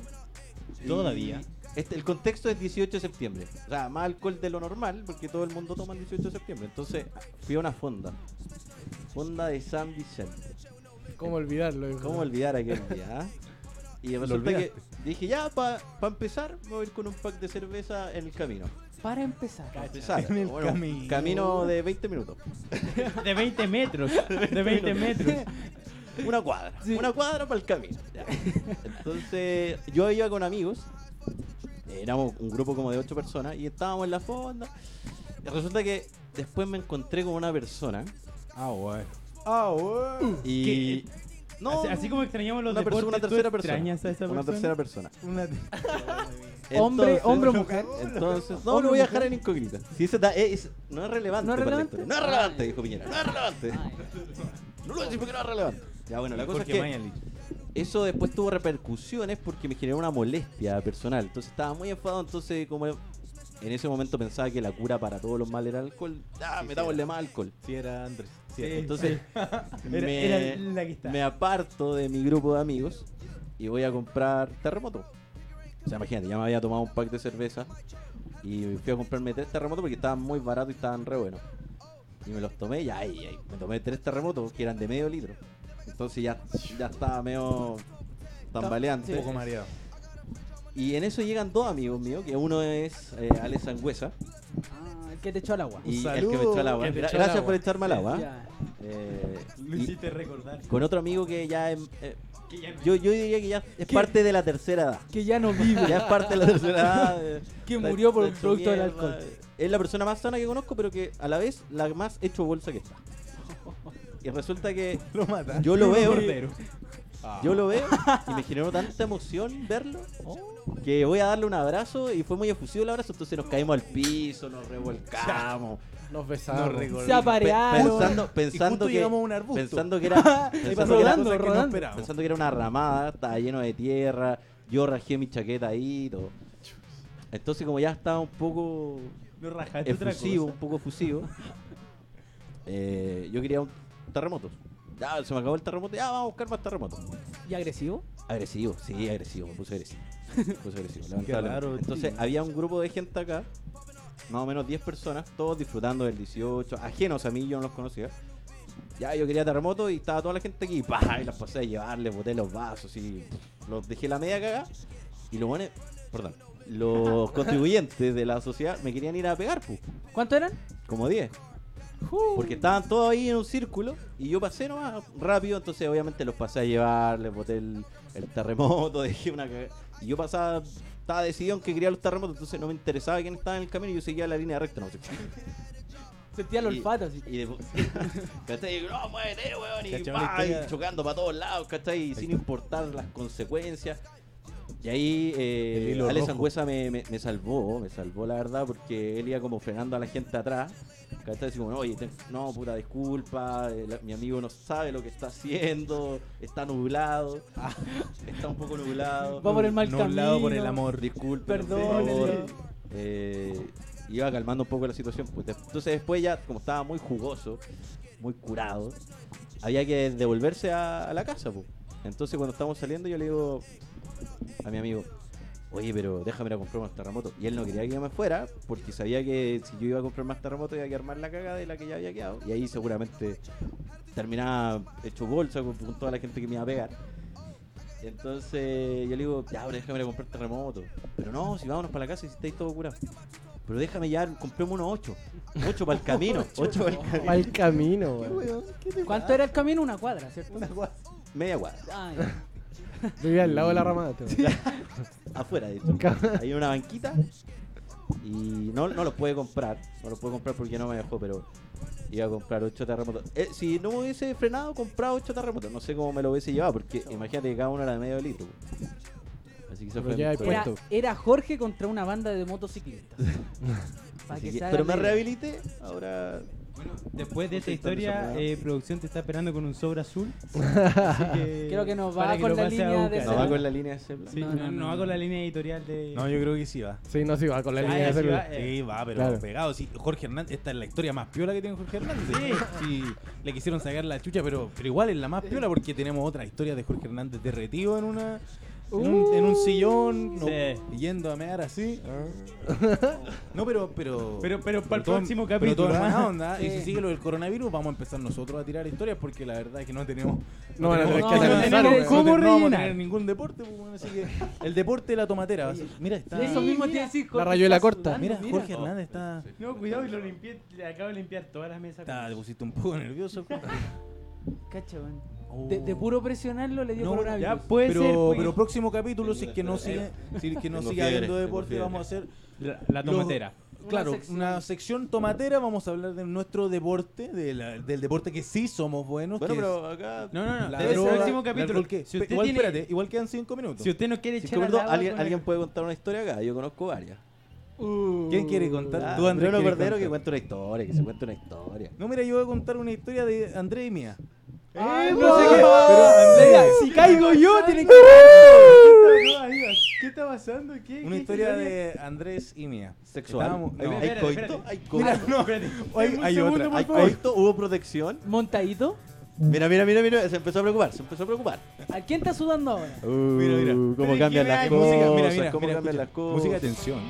D: Y
B: Todavía.
D: este- el contexto es 18 de septiembre. O sea, más alcohol de lo normal, porque todo el mundo toma el 18 de septiembre. Entonces, fui a una fonda. Fonda de San Vicente.
E: ¿Cómo olvidarlo? hijo?
D: ¿Cómo olvidar aquel día? ah? Y resulta que dije, ya, para empezar, me voy a ir con un pack de cerveza en el camino.
C: Para empezar.
D: Pa' empezar,
A: En el
D: bueno,
A: camino.
D: camino de 20 minutos.
B: De 20
A: [laughs]
B: metros. De 20 metros.
D: Una cuadra. Una cuadra para el camino. ya. Entonces, yo iba con amigos. Éramos un grupo como de 8 personas y estábamos en la fonda. Y Resulta que después me encontré con una persona
A: Ah, bueno. Ah, bueno.
D: y...
B: ¿Qué? así, así como extrañamos los
D: una, persona,
B: deportes,
D: una
B: ¿tú
D: tercera persona.
B: extrañas a esa
D: Una tercera persona.
A: Una-
C: Hombre-
D: Entonces-
C: hombre o mujer.
D: Entonces, no,
C: Hombre,
D: lo voy a
C: mujer.
D: dejar en incógnita. Si eso da- es- no es relevante.
C: ¿No es
D: para la
C: relevante?
D: historia. No es relevante, dijo Piñera. No es relevante. No lo voy a decir porque no es relevante. Ya, bueno, la cosa
A: Jorge
D: es que
A: Mañalich.
D: eso después tuvo repercusiones porque me generó una molestia personal. Entonces estaba muy enfadado. Entonces, como en ese momento pensaba que la cura para todos los males era el alcohol, ah, metámosle más alcohol.
A: Sí, era Andrés. Sí,
B: Sí.
D: Entonces,
B: Era-
D: me,
B: era la que estaba.
D: me aparto de mi grupo de amigos y voy a comprar terremoto. O sea, imagínate, ya me había tomado un pack de cerveza, Y fui a comprarme tres terremotos porque estaban muy baratos y estaban re buenos. Y me los tomé y ahí, ahí, me tomé tres terremotos que eran de medio litro. Entonces ya, ya estaba medio tambaleante.
A: Un poco mareado.
D: Y en eso llegan dos amigos míos, que uno es eh, Alex Sangüesa
C: Ah, el que te echó al agua.
D: y el
A: saludo.
D: que me echó al agua.
B: El que
D: Gra-
B: echó al
D: Gracias
B: agua.
D: por echarme al agua. ¿eh?
C: Ya.
D: Eh,
A: Lo
D: y-
A: hiciste recordar.
D: con otro amigo que ya es. eh, yo, yo diría que ya es parte de la tercera edad.
C: Que ya no vive.
D: [laughs] Ya es parte de la tercera
C: [laughs]
D: edad. eh,
C: Que
D: la-
C: murió por
D: la
C: un
D: hecho
C: producto del
D: mierda,
C: alcohol.
D: eh. Es la persona más sana que conozco, pero que a la vez la más hecho bolsa que está. Y resulta que
A: [laughs] Lo mata.
D: yo lo veo.
A: Cordero.
D: Yo lo veo y me generó tanta emoción verlo que voy a darle un abrazo y fue muy efusivo el abrazo, entonces nos caímos al piso, nos revolcamos.
E: Nos
A: No
E: besamos.
A: recordé.
C: Se
D: Pe-
C: aparearon.
D: pensando, pensando
A: justo
D: que
A: llegamos a un arbusto.
D: pensando
A: [laughs]
D: que era
A: Ahí
D: pensando
A: pasó
D: que era,
A: cosas que no
C: rodando.
A: esperábamos.
D: pensando que era una ramada, estaba lleno de tierra, yo rajé mi chaqueta ahí y todo. Entonces como ya estaba un poco
A: Lo rajaste Ah, otra
D: efusivo,
A: cosa.
D: un poco efusivo. eh, yo quería un terremoto. Ya, se me acabó el terremoto, ya vamos a buscar más terremotos.
C: ¿Y agresivo?
D: Agresivo, sí, agresivo, me puse agresivo. Me puse agresivo,
A: Qué
D: [laughs]
A: raro,
D: lamentablemente. Entonces
A: tío.
D: había un grupo de gente acá, más o menos 10 personas, todos disfrutando del 18, ajenos a mí, yo no los conocía. Ya yo quería terremoto y estaba toda la gente aquí, pa, y las pasé a llevar, les boté los vasos y los dejé la media cagada. Y los buenos, perdón, los contribuyentes de la sociedad me querían ir a pegar, pu,
C: ¿Cuánto eran?
D: como 10. Porque estaban todos ahí en un círculo y yo pasé nomás rápido, entonces obviamente los pasé a llevar, les boté el, el terremoto, [laughs] dejé una caga- Y yo pasaba, estaba decidido en que quería los terremotos, entonces no me interesaba quién estaba en el camino y yo seguía la línea recta. No sé.
C: Sentía el
D: Y-
C: olfato así.
D: Y después, [laughs] ¿cachai? Y, No, muévete, weón, y,
A: Cachai,
D: pa,
A: una historia-
D: y chocando para todos lados, ¿cachai? Y sin importar las consecuencias. Y ahí
A: El
D: eh,
A: hilo
D: Alex
A: rojo.
D: Sangüesa me, me- me salvó, me salvó la verdad, porque él iba como frenando a la gente atrás. ¿Cachai? Así como, oye, ten- no, puta disculpa, eh, la- mi amigo no sabe lo que está haciendo, está nublado,
A: Ah.
D: está un poco nublado.
C: Va por el mal camino.
A: Nublado por el [laughs] amor.
D: Disculpe,
C: Perdón, Dios.
D: Eh, iba calmando un poco la situación. pues. De- Entonces después ya, como estaba muy jugoso, muy curado, había que devolverse a, a la casa. pues. Entonces cuando estábamos saliendo yo le digo a mi amigo, oye, pero déjame ir a comprar más terremotos. Y él no quería que yo me fuera porque sabía que si yo iba a comprar más terremotos iba a quedar más la caga de la que ya había quedado. Y ahí seguramente terminaba hecho bolsa con, con toda la gente que me iba a pegar. Entonces yo le digo, ya, pero déjame ir a comprar terremoto. Pero no, si vámonos para la casa y si estáis todo curado. Pero déjame ya, compremos unos ocho. Ocho para el camino. ocho para el
E: [laughs]
D: camino.
E: Mal camino, weón.
C: ¿Cuánto era el camino? Una cuadra, ¿cierto?
D: Media guada.
C: Ah, ya.
E: Vivía al lado de la ramada. tú.
D: Afuera, de hecho. Hay una banquita. Y no, no los pude comprar. No los pude comprar porque no me dejó, pero iba a comprar ocho terremotos. Eh, si no me hubiese frenado, comprado ocho terremotos. No sé cómo me lo hubiese llevado, porque imagínate que cada uno era de medio litro. Así que eso
E: Pero
D: fue. mi
E: ya hay
D: historia.
C: Era,
E: Puerto.
C: era Jorge contra una banda de motociclistas. Para
D: Así
C: que
D: que-
C: se haga
D: pero me
C: ley.
D: rehabilité. Ahora
B: Después de esta
D: Sí, está
B: historia,
D: desordenado.
B: eh, producción te está esperando con un sobre azul. Así que
C: Creo que nos va
B: para que
C: con
B: lo
C: la
B: pases a
C: línea de
B: buscar.
D: no
C: ese-
D: va con la línea de ese plan.
B: Sí,
C: No,
B: no,
C: no,
B: no
C: no.
B: va con la línea editorial de.
A: No, yo creo que sí va.
E: Sí, no, sí, va con la
B: Ah,
E: línea
B: ya,
E: de
B: sí,
E: celular.
B: va, eh.
A: Sí, va, pero
E: Claro.
A: pegado. Sí, Jorge Hernández, esta es la historia más piola que tiene Jorge Hernández. Sí, le quisieron sacar la chucha, pero, pero igual es la más piola porque tenemos otras historias de Jorge Hernández derretido en una. En
E: Uh.
A: un, en un sillón, no,
B: Sí.
A: yendo a mear así.
E: Ah.
A: No, pero. Pero,
B: Pero- pero para el
A: todo-
B: próximo
A: pero
B: capítulo,
A: todo en
B: ¿ah?
A: buena onda. Y si
C: Sí.
A: sigue lo del coronavirus, vamos a empezar nosotros a tirar historias porque la verdad es que no tenemos.
E: No van a tener
A: tenemos-
E: que
A: no
E: analizar,
A: tenemos-
E: weón.
A: no
B: ¿Cómo
A: te- no vamos a
B: rellenar?
A: tener ningún deporte, pues, bueno, así que. El deporte de la tomatera. va a ser- Mira, está.
C: Eso mismo te iba a decir Jorge,
E: rayuela
C: está
E: corta.
C: sudando,
A: Mira, Jorge Hernández está.
B: No, cuidado, y lo limpié, le acabo de limpiar todas las mesas.
A: Está, te pusiste un poco [laughs] nervioso.
C: Cacha, man. de, de puro presionarlo le dio
A: Oh. No,
C: coronavirus.
B: ya, puede
A: pero,
B: ser, pues.
A: pero próximo capítulo, si es
D: Tengo
A: que no
D: una
A: sigue, si es que no
D: Tengo
A: sigue
D: fiebre,
A: habiendo
D: tengo
A: deporte,
D: fiebre.
A: vamos a hacer.
B: La, la
A: los-
B: tomatera.
A: Claro,
C: sección.
A: una sección tomatera, vamos a hablar de nuestro deporte, de la- del deporte que sí somos buenos.
D: Bueno,
A: que es
D: pero acá.
B: No, no, no.
A: la
B: debe ser
A: droga,
B: el próximo
A: el
B: capítulo.
A: alcohol, ¿qué?
B: Si
A: Pe-
B: usted
A: igual,
B: tiene-
A: espérate, igual quedan 5 minutos.
B: Si usted no quiere
D: Si
B: echar al
D: acuerdo,
B: agua
D: alguien,
B: con
D: alguien
B: el-
D: puede contar una historia acá. Yo conozco varias.
A: ¿Quién quiere contar?
D: Ah,
A: Tú, Andrés,
D: Bruno
A: ¿quieres
D: Cordero
A: contar?
D: que cuenta una historia, que se cuenta una historia.
A: No, mira, yo voy a contar una historia de Andrés y mía.
D: Eh,
C: Ay,
B: no sé qué-
C: Mira, si caigo yo,
D: [laughs]
C: tiene que.
B: ¿Qué está pasando? ¿Qué?
A: Una
B: qué
A: historia de Andrés y mía.
D: Sexual.
A: Estábamos-
D: ¿Hay,
A: no.
D: hay
B: Espérate,
D: coito?
B: espérate.
D: [laughs] ¿Hay coito?
A: Mira, no.
B: Espérate.
A: Hay, hay otra.
D: ¿Hay
A: Hay- hay-
D: coito? ¿Hubo protección?
C: Montadito.
D: Mira, mira, mira, mira. Se empezó a preocupar, se empezó a preocupar.
C: ¿A quién está sudando
A: [laughs]
C: ahora?
A: mira.
D: Uh,
A: Pero
D: Cómo
A: es
D: cambian
A: que
D: las
A: hay
D: cosas,
A: música, mira, mira,
D: cómo
A: mira, escucha.
D: cambian las cosas.
A: Música de tensión.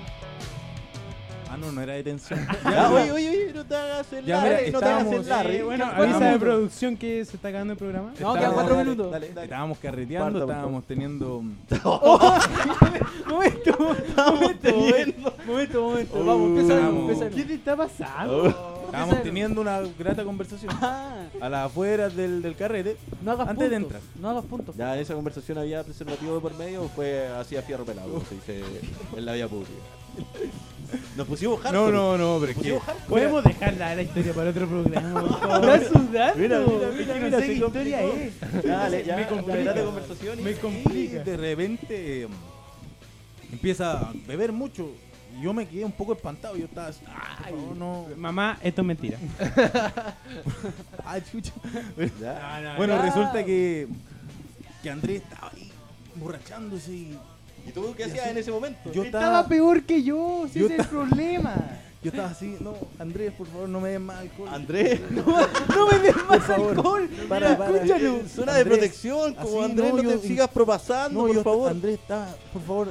A: no, no era
D: [laughs]
A: detención.
D: Ya, oye, oye, oye, no te hagas el
A: Ya,
D: Larry,
A: mira,
D: no te hagas el
A: estábamos-
D: Larry.
A: eh, bueno,
D: Cuatro
B: Avisa de
D: minutos.
B: producción que se está acabando el programa.
C: No, quedan
D: Estábamos-
C: cuatro
D: dale,
C: minutos.
D: dale, dale.
A: Estábamos carreteando,
D: Cuarto, por
A: estábamos teniendo.
C: momento, momento, momento, momento, momento. Vamos, empieza de nuevo,
A: Vamos.
C: empieza de nuevo.
B: ¿Qué te está pasando?
A: Estábamos teniendo una grata conversación
C: Ah,
A: a las afueras del, del carrete.
C: No hagas
A: Antes de
C: puntos,
A: entrar.
C: No hagas puntos.
D: Ya en esa conversación había preservativo de por medio o fue así a fierro pelado, como se dice en la vía pública. Nos pusimos
A: No,
D: hardcore.
A: no, no, pero es que.
D: Pusimos hardcore.
B: Podemos dejar la, la historia para otro programa. por favor?
C: Estás sudando.
D: Mira, mira, mira,
B: Es que
D: mira,
B: no sé
D: se
B: qué historia es.
A: [laughs]
D: Dale, ya,
B: Me complica.
D: mitad de conversación y-
B: Me
A: Y
B: complica.
A: de repente mm, empieza a beber mucho. Y yo me quedé un poco espantado. Yo estaba así, "Ay, no, no. [laughs]
B: Mamá, esto es mentira.
A: Ay, chucha". [laughs]
D: Ya.
A: Bueno,
C: ya.
A: resulta que, que Andrés estaba ahí borrachándose y
D: ¿Y tú qué hacías en ese momento?
A: yo
B: Estaba
A: estaba,
B: peor que yo, si
A: Yo
B: ese es el problema.
A: [laughs] yo estaba así, no, Andrés, por favor, no me des más alcohol.
D: Andrés,
C: [laughs] No me des
A: por
C: más
A: favor,
C: alcohol.
A: para, para.
C: escúchalo.
D: zona de
A: Andrés,
D: protección, como
A: así,
D: Andrés,
A: no,
D: no,
A: yo-
D: te sigas propasando,
A: No,
D: por
A: yo,
D: favor. Andrés,
A: Andrés estaba, por favor.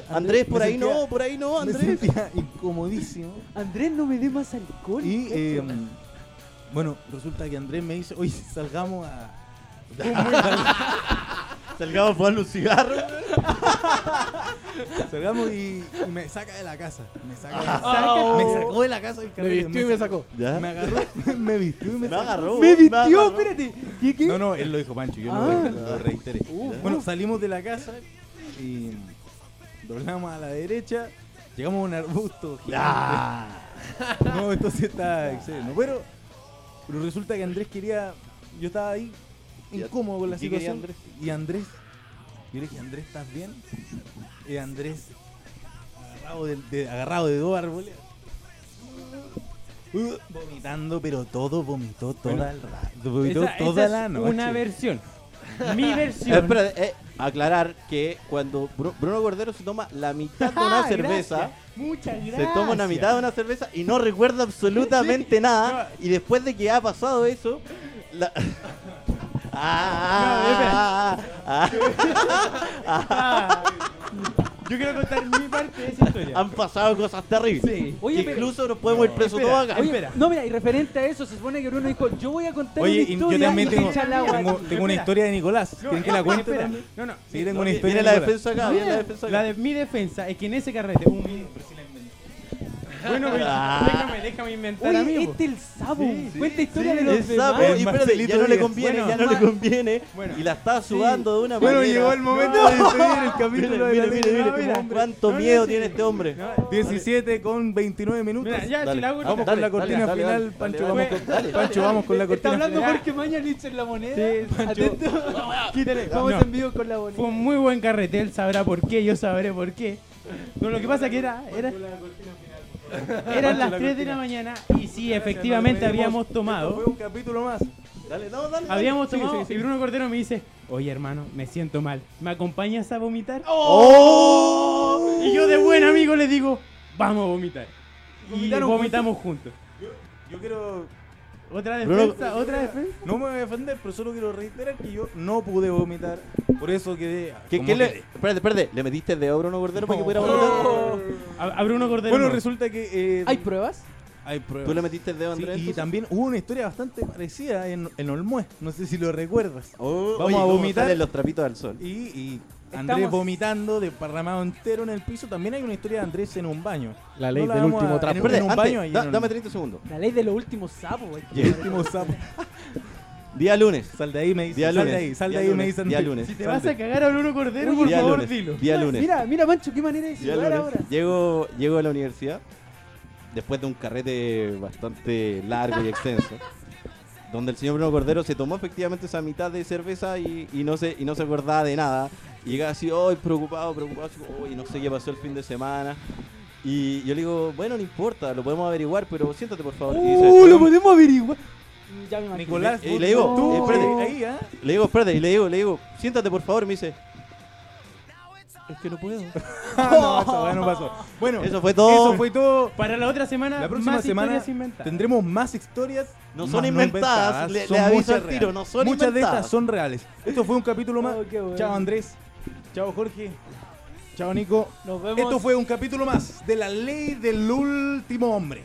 D: por
A: me
D: ahí
A: sentía-
D: no, por ahí no,
A: me
D: Andrés.
A: sentía incomodísimo.
C: Andrés, no me des más alcohol.
A: Y eh, bueno, resulta que Andrés me dice, oye, salgamos
E: [laughs]
A: a...
D: Salgamos a fumar un cigarro.
A: [laughs] Salgamos y, y me saca de la casa. Me saca de la casa.
C: Ah,
A: Me sacó de la casa del
E: Me
A: carrete,
E: vistió y me sacó.
D: Ya.
A: Me agarró, [laughs] me vistió y me,
D: Me
A: sacó.
D: agarró.
C: Me vistió,
D: agarró.
C: espérate. ¿Qué, qué?
A: No, no, él lo dijo Pancho, yo
C: Ah.
A: lo, lo reiteré. Uh, bueno, salimos de la casa y doblamos a la derecha, llegamos a un arbusto. gigante. [laughs] No, esto sí está excelente. Pero, pero resulta que Andrés quería. Yo estaba ahí
D: Ya.
A: incómodo con la
D: ¿Y qué quería
A: situación. Y Andrés, yo le dije, Andrés, ¿estás bien? Y Andrés, agarrado de, de- agarrado de dos árboles. uh, Vomitando, pero todo vomitó toda, el ra- vomitó
B: Esa- esa
A: toda
B: es
A: la noche.
B: Una versión. Mi
D: Eh,
B: versión.
D: espera, eh, aclarar que cuando Bru- Bruno Cordero se toma la mitad de una
B: Ah,
D: cerveza,
B: gracias. Muchas
D: se
B: gracias.
D: toma una mitad de una cerveza y no recuerda absolutamente nada, y después de que ha pasado eso, la... [laughs] Ah, ah, ah,
B: Ah. Yo quiero contar mi parte de esa
D: ah,
B: historia.
D: han pasado cosas terribles.
B: Sí.
C: Oye,
D: Que
C: pero-
D: incluso nos podemos ir presos
B: espera,
D: todos acá.
C: Oye,
B: espera.
C: no, mira, y referente a eso, se supone que Bruno dijo, yo voy a contar
A: Oye,
C: una
A: y
C: historia
A: yo también
C: y se
A: tengo,
C: echa al agua.
A: tengo, tengo una
B: Espera.
A: historia de Nicolás. ¿Quieren que la
B: espera,
A: cuente?
B: espera.
A: también?
B: No, no.
A: Sí, tengo una
D: Viene-
A: historia de
D: Viene la
A: Nicolás.
D: defensa acá, viene la defensa
B: La
D: acá.
B: de mi defensa es que en ese carrete un... Bueno, pues,
D: Ah.
B: déjame, déjame inventar a mí.
C: Oye,
B: po.
C: este el sabo.
B: Sí, sí,
C: Cuenta historia
B: sí,
C: de
D: El
C: los demás.
D: sapo, y
A: El
D: espérate, ya
A: Marcelito
D: no le
A: Díaz.
D: conviene,
B: Bueno.
D: ya no le conviene.
B: Bueno.
D: Y la está sudando de una
A: Bueno,
D: manera.
A: llegó el momento de despedir el capítulo
D: Mire,
A: de la
D: mire,
A: Ley
D: mire,
A: del
D: mire,
A: Hombre.
D: cuánto
B: No, no,
D: miedo
B: sí.
D: tiene este hombre.
B: No,
A: 17 con 29 minutos.
B: Mira, ya, si
D: Dale.
B: la hago...
A: Vamos con
D: Dale,
A: la cortina
D: dale,
A: final,
D: dale,
A: Pancho.
D: dale,
A: vamos
D: dale,
A: con,
D: dale.
A: Pancho, vamos con la
C: Está
A: cortina
C: hablando
A: final.
C: Jorge Mañalich en la moneda.
B: Sí, Pancho.
C: Atento. Quítale, vamos
B: No.
C: en vivo con la moneda.
B: Fue un muy buen carrete, él sabrá por qué, yo sabré por qué. Pero lo que pasa que era, era- eran las 3 de la mañana y sí, efectivamente
A: Nos despedimos.
B: habíamos
A: Fue
B: tomado.
A: un capítulo más.
D: Dale, no, dale.
B: Habíamos
A: Sí,
B: tomado
A: sí, sí.
B: y Bruno Cordero me dice, oye hermano, me siento mal, ¿me acompañas a vomitar?
A: ¡Oh!
B: Y yo de buen amigo le digo, vamos a vomitar. Y
A: ¿Vomitaron
B: vomitamos juntos.
A: Yo quiero.
B: Otra
D: Bruno-
B: defensa, otra defensa.
A: No me voy a defender, pero solo quiero reiterar que yo no pude vomitar. Por eso quedé.
D: ¿Qué,
A: como
D: qué le...
A: quedé.
D: Espérate, espérate. ¿Le metiste de obra a Bruno Cordero para que pudiera
A: No.
D: vomitar?
B: A, a Bruno Cordero.
A: Oh. Bueno,
B: no.
A: resulta que. eh,
C: ¿Hay pruebas?
A: hay pruebas.
D: ¿Tú le metiste el dedo a
A: Sí,
D: Andrés?
A: y
D: entonces?
A: también hubo una historia bastante parecida en, en Olmué, no sé si lo recuerdas.
D: Oh,
A: Vamos
D: oye,
A: a
D: ¿cómo
A: vomitar.
D: salen los trapitos al sol.
A: Y, y
C: Estamos-
A: Andrés vomitando, desparramado entero en el piso. También hay una historia de Andrés en un baño.
E: La ley
A: No la
E: del
A: vamos
E: último
A: a-
E: trapo.
A: en
D: Espérate,
A: un
D: antes,
A: baño ahí
D: da-
A: en un-
D: dame 30 segundos.
C: La ley de los últimos sapos. güey.
A: El último sapo.
D: Día lunes.
A: Sal de ahí, me dice.
D: Día
A: sal
D: lunes,
A: de ahí, sal de
D: día
A: ahí, me
D: lunes,
A: dicen.
D: día lunes.
B: Si te vas a cagar a Bruno Cordero,
C: Oye,
B: por
D: día
B: favor,
D: lunes.
B: dilo.
D: Día lunes.
C: Mira, mira, Mancho, qué manera de
D: Yo
C: saludar
D: lunes
C: ahora.
D: Llego, llego a la universidad después de un carrete bastante largo y extenso, [laughs] donde el señor Bruno Cordero se tomó efectivamente esa mitad de cerveza y, y no, se, y no se acordaba de nada. Y llegaba así, hoy preocupado, preocupado, así, hoy no sé qué pasó el fin de semana. Y yo le digo, bueno, no importa, lo podemos averiguar, pero siéntate por favor. Y dice,
C: Uh, lo podemos averiguar. Mm, Ya me imagino.
A: Nicolás,
D: Y le digo,
A: tú,
D: espérate,
A: ahí,
D: [laughs]
A: ¿ah?
D: le digo, espérate, y le digo, le digo, siéntate por favor, y me dice, es que no puedo. [laughs]
A: Ah, no, eso bueno, pasó. Bueno,
D: Eso fue todo.
A: Eso fue todo.
B: Para la otra semana,
A: La próxima
B: más
A: semana
B: historias inventadas.
A: tendremos más historias.
D: No
A: más
D: son inventadas, le-
A: son
D: le aviso
A: muchas
D: al tiro,
A: reales.
D: no son
A: Muchas de
D: inventadas.
A: estas son reales. Esto fue un capítulo más.
C: Oh, qué bueno.
A: Chao Andrés. Chao Jorge. Chao, Nico.
H: Nos vemos.
A: Esto fue un capítulo más de la ley del último hombre.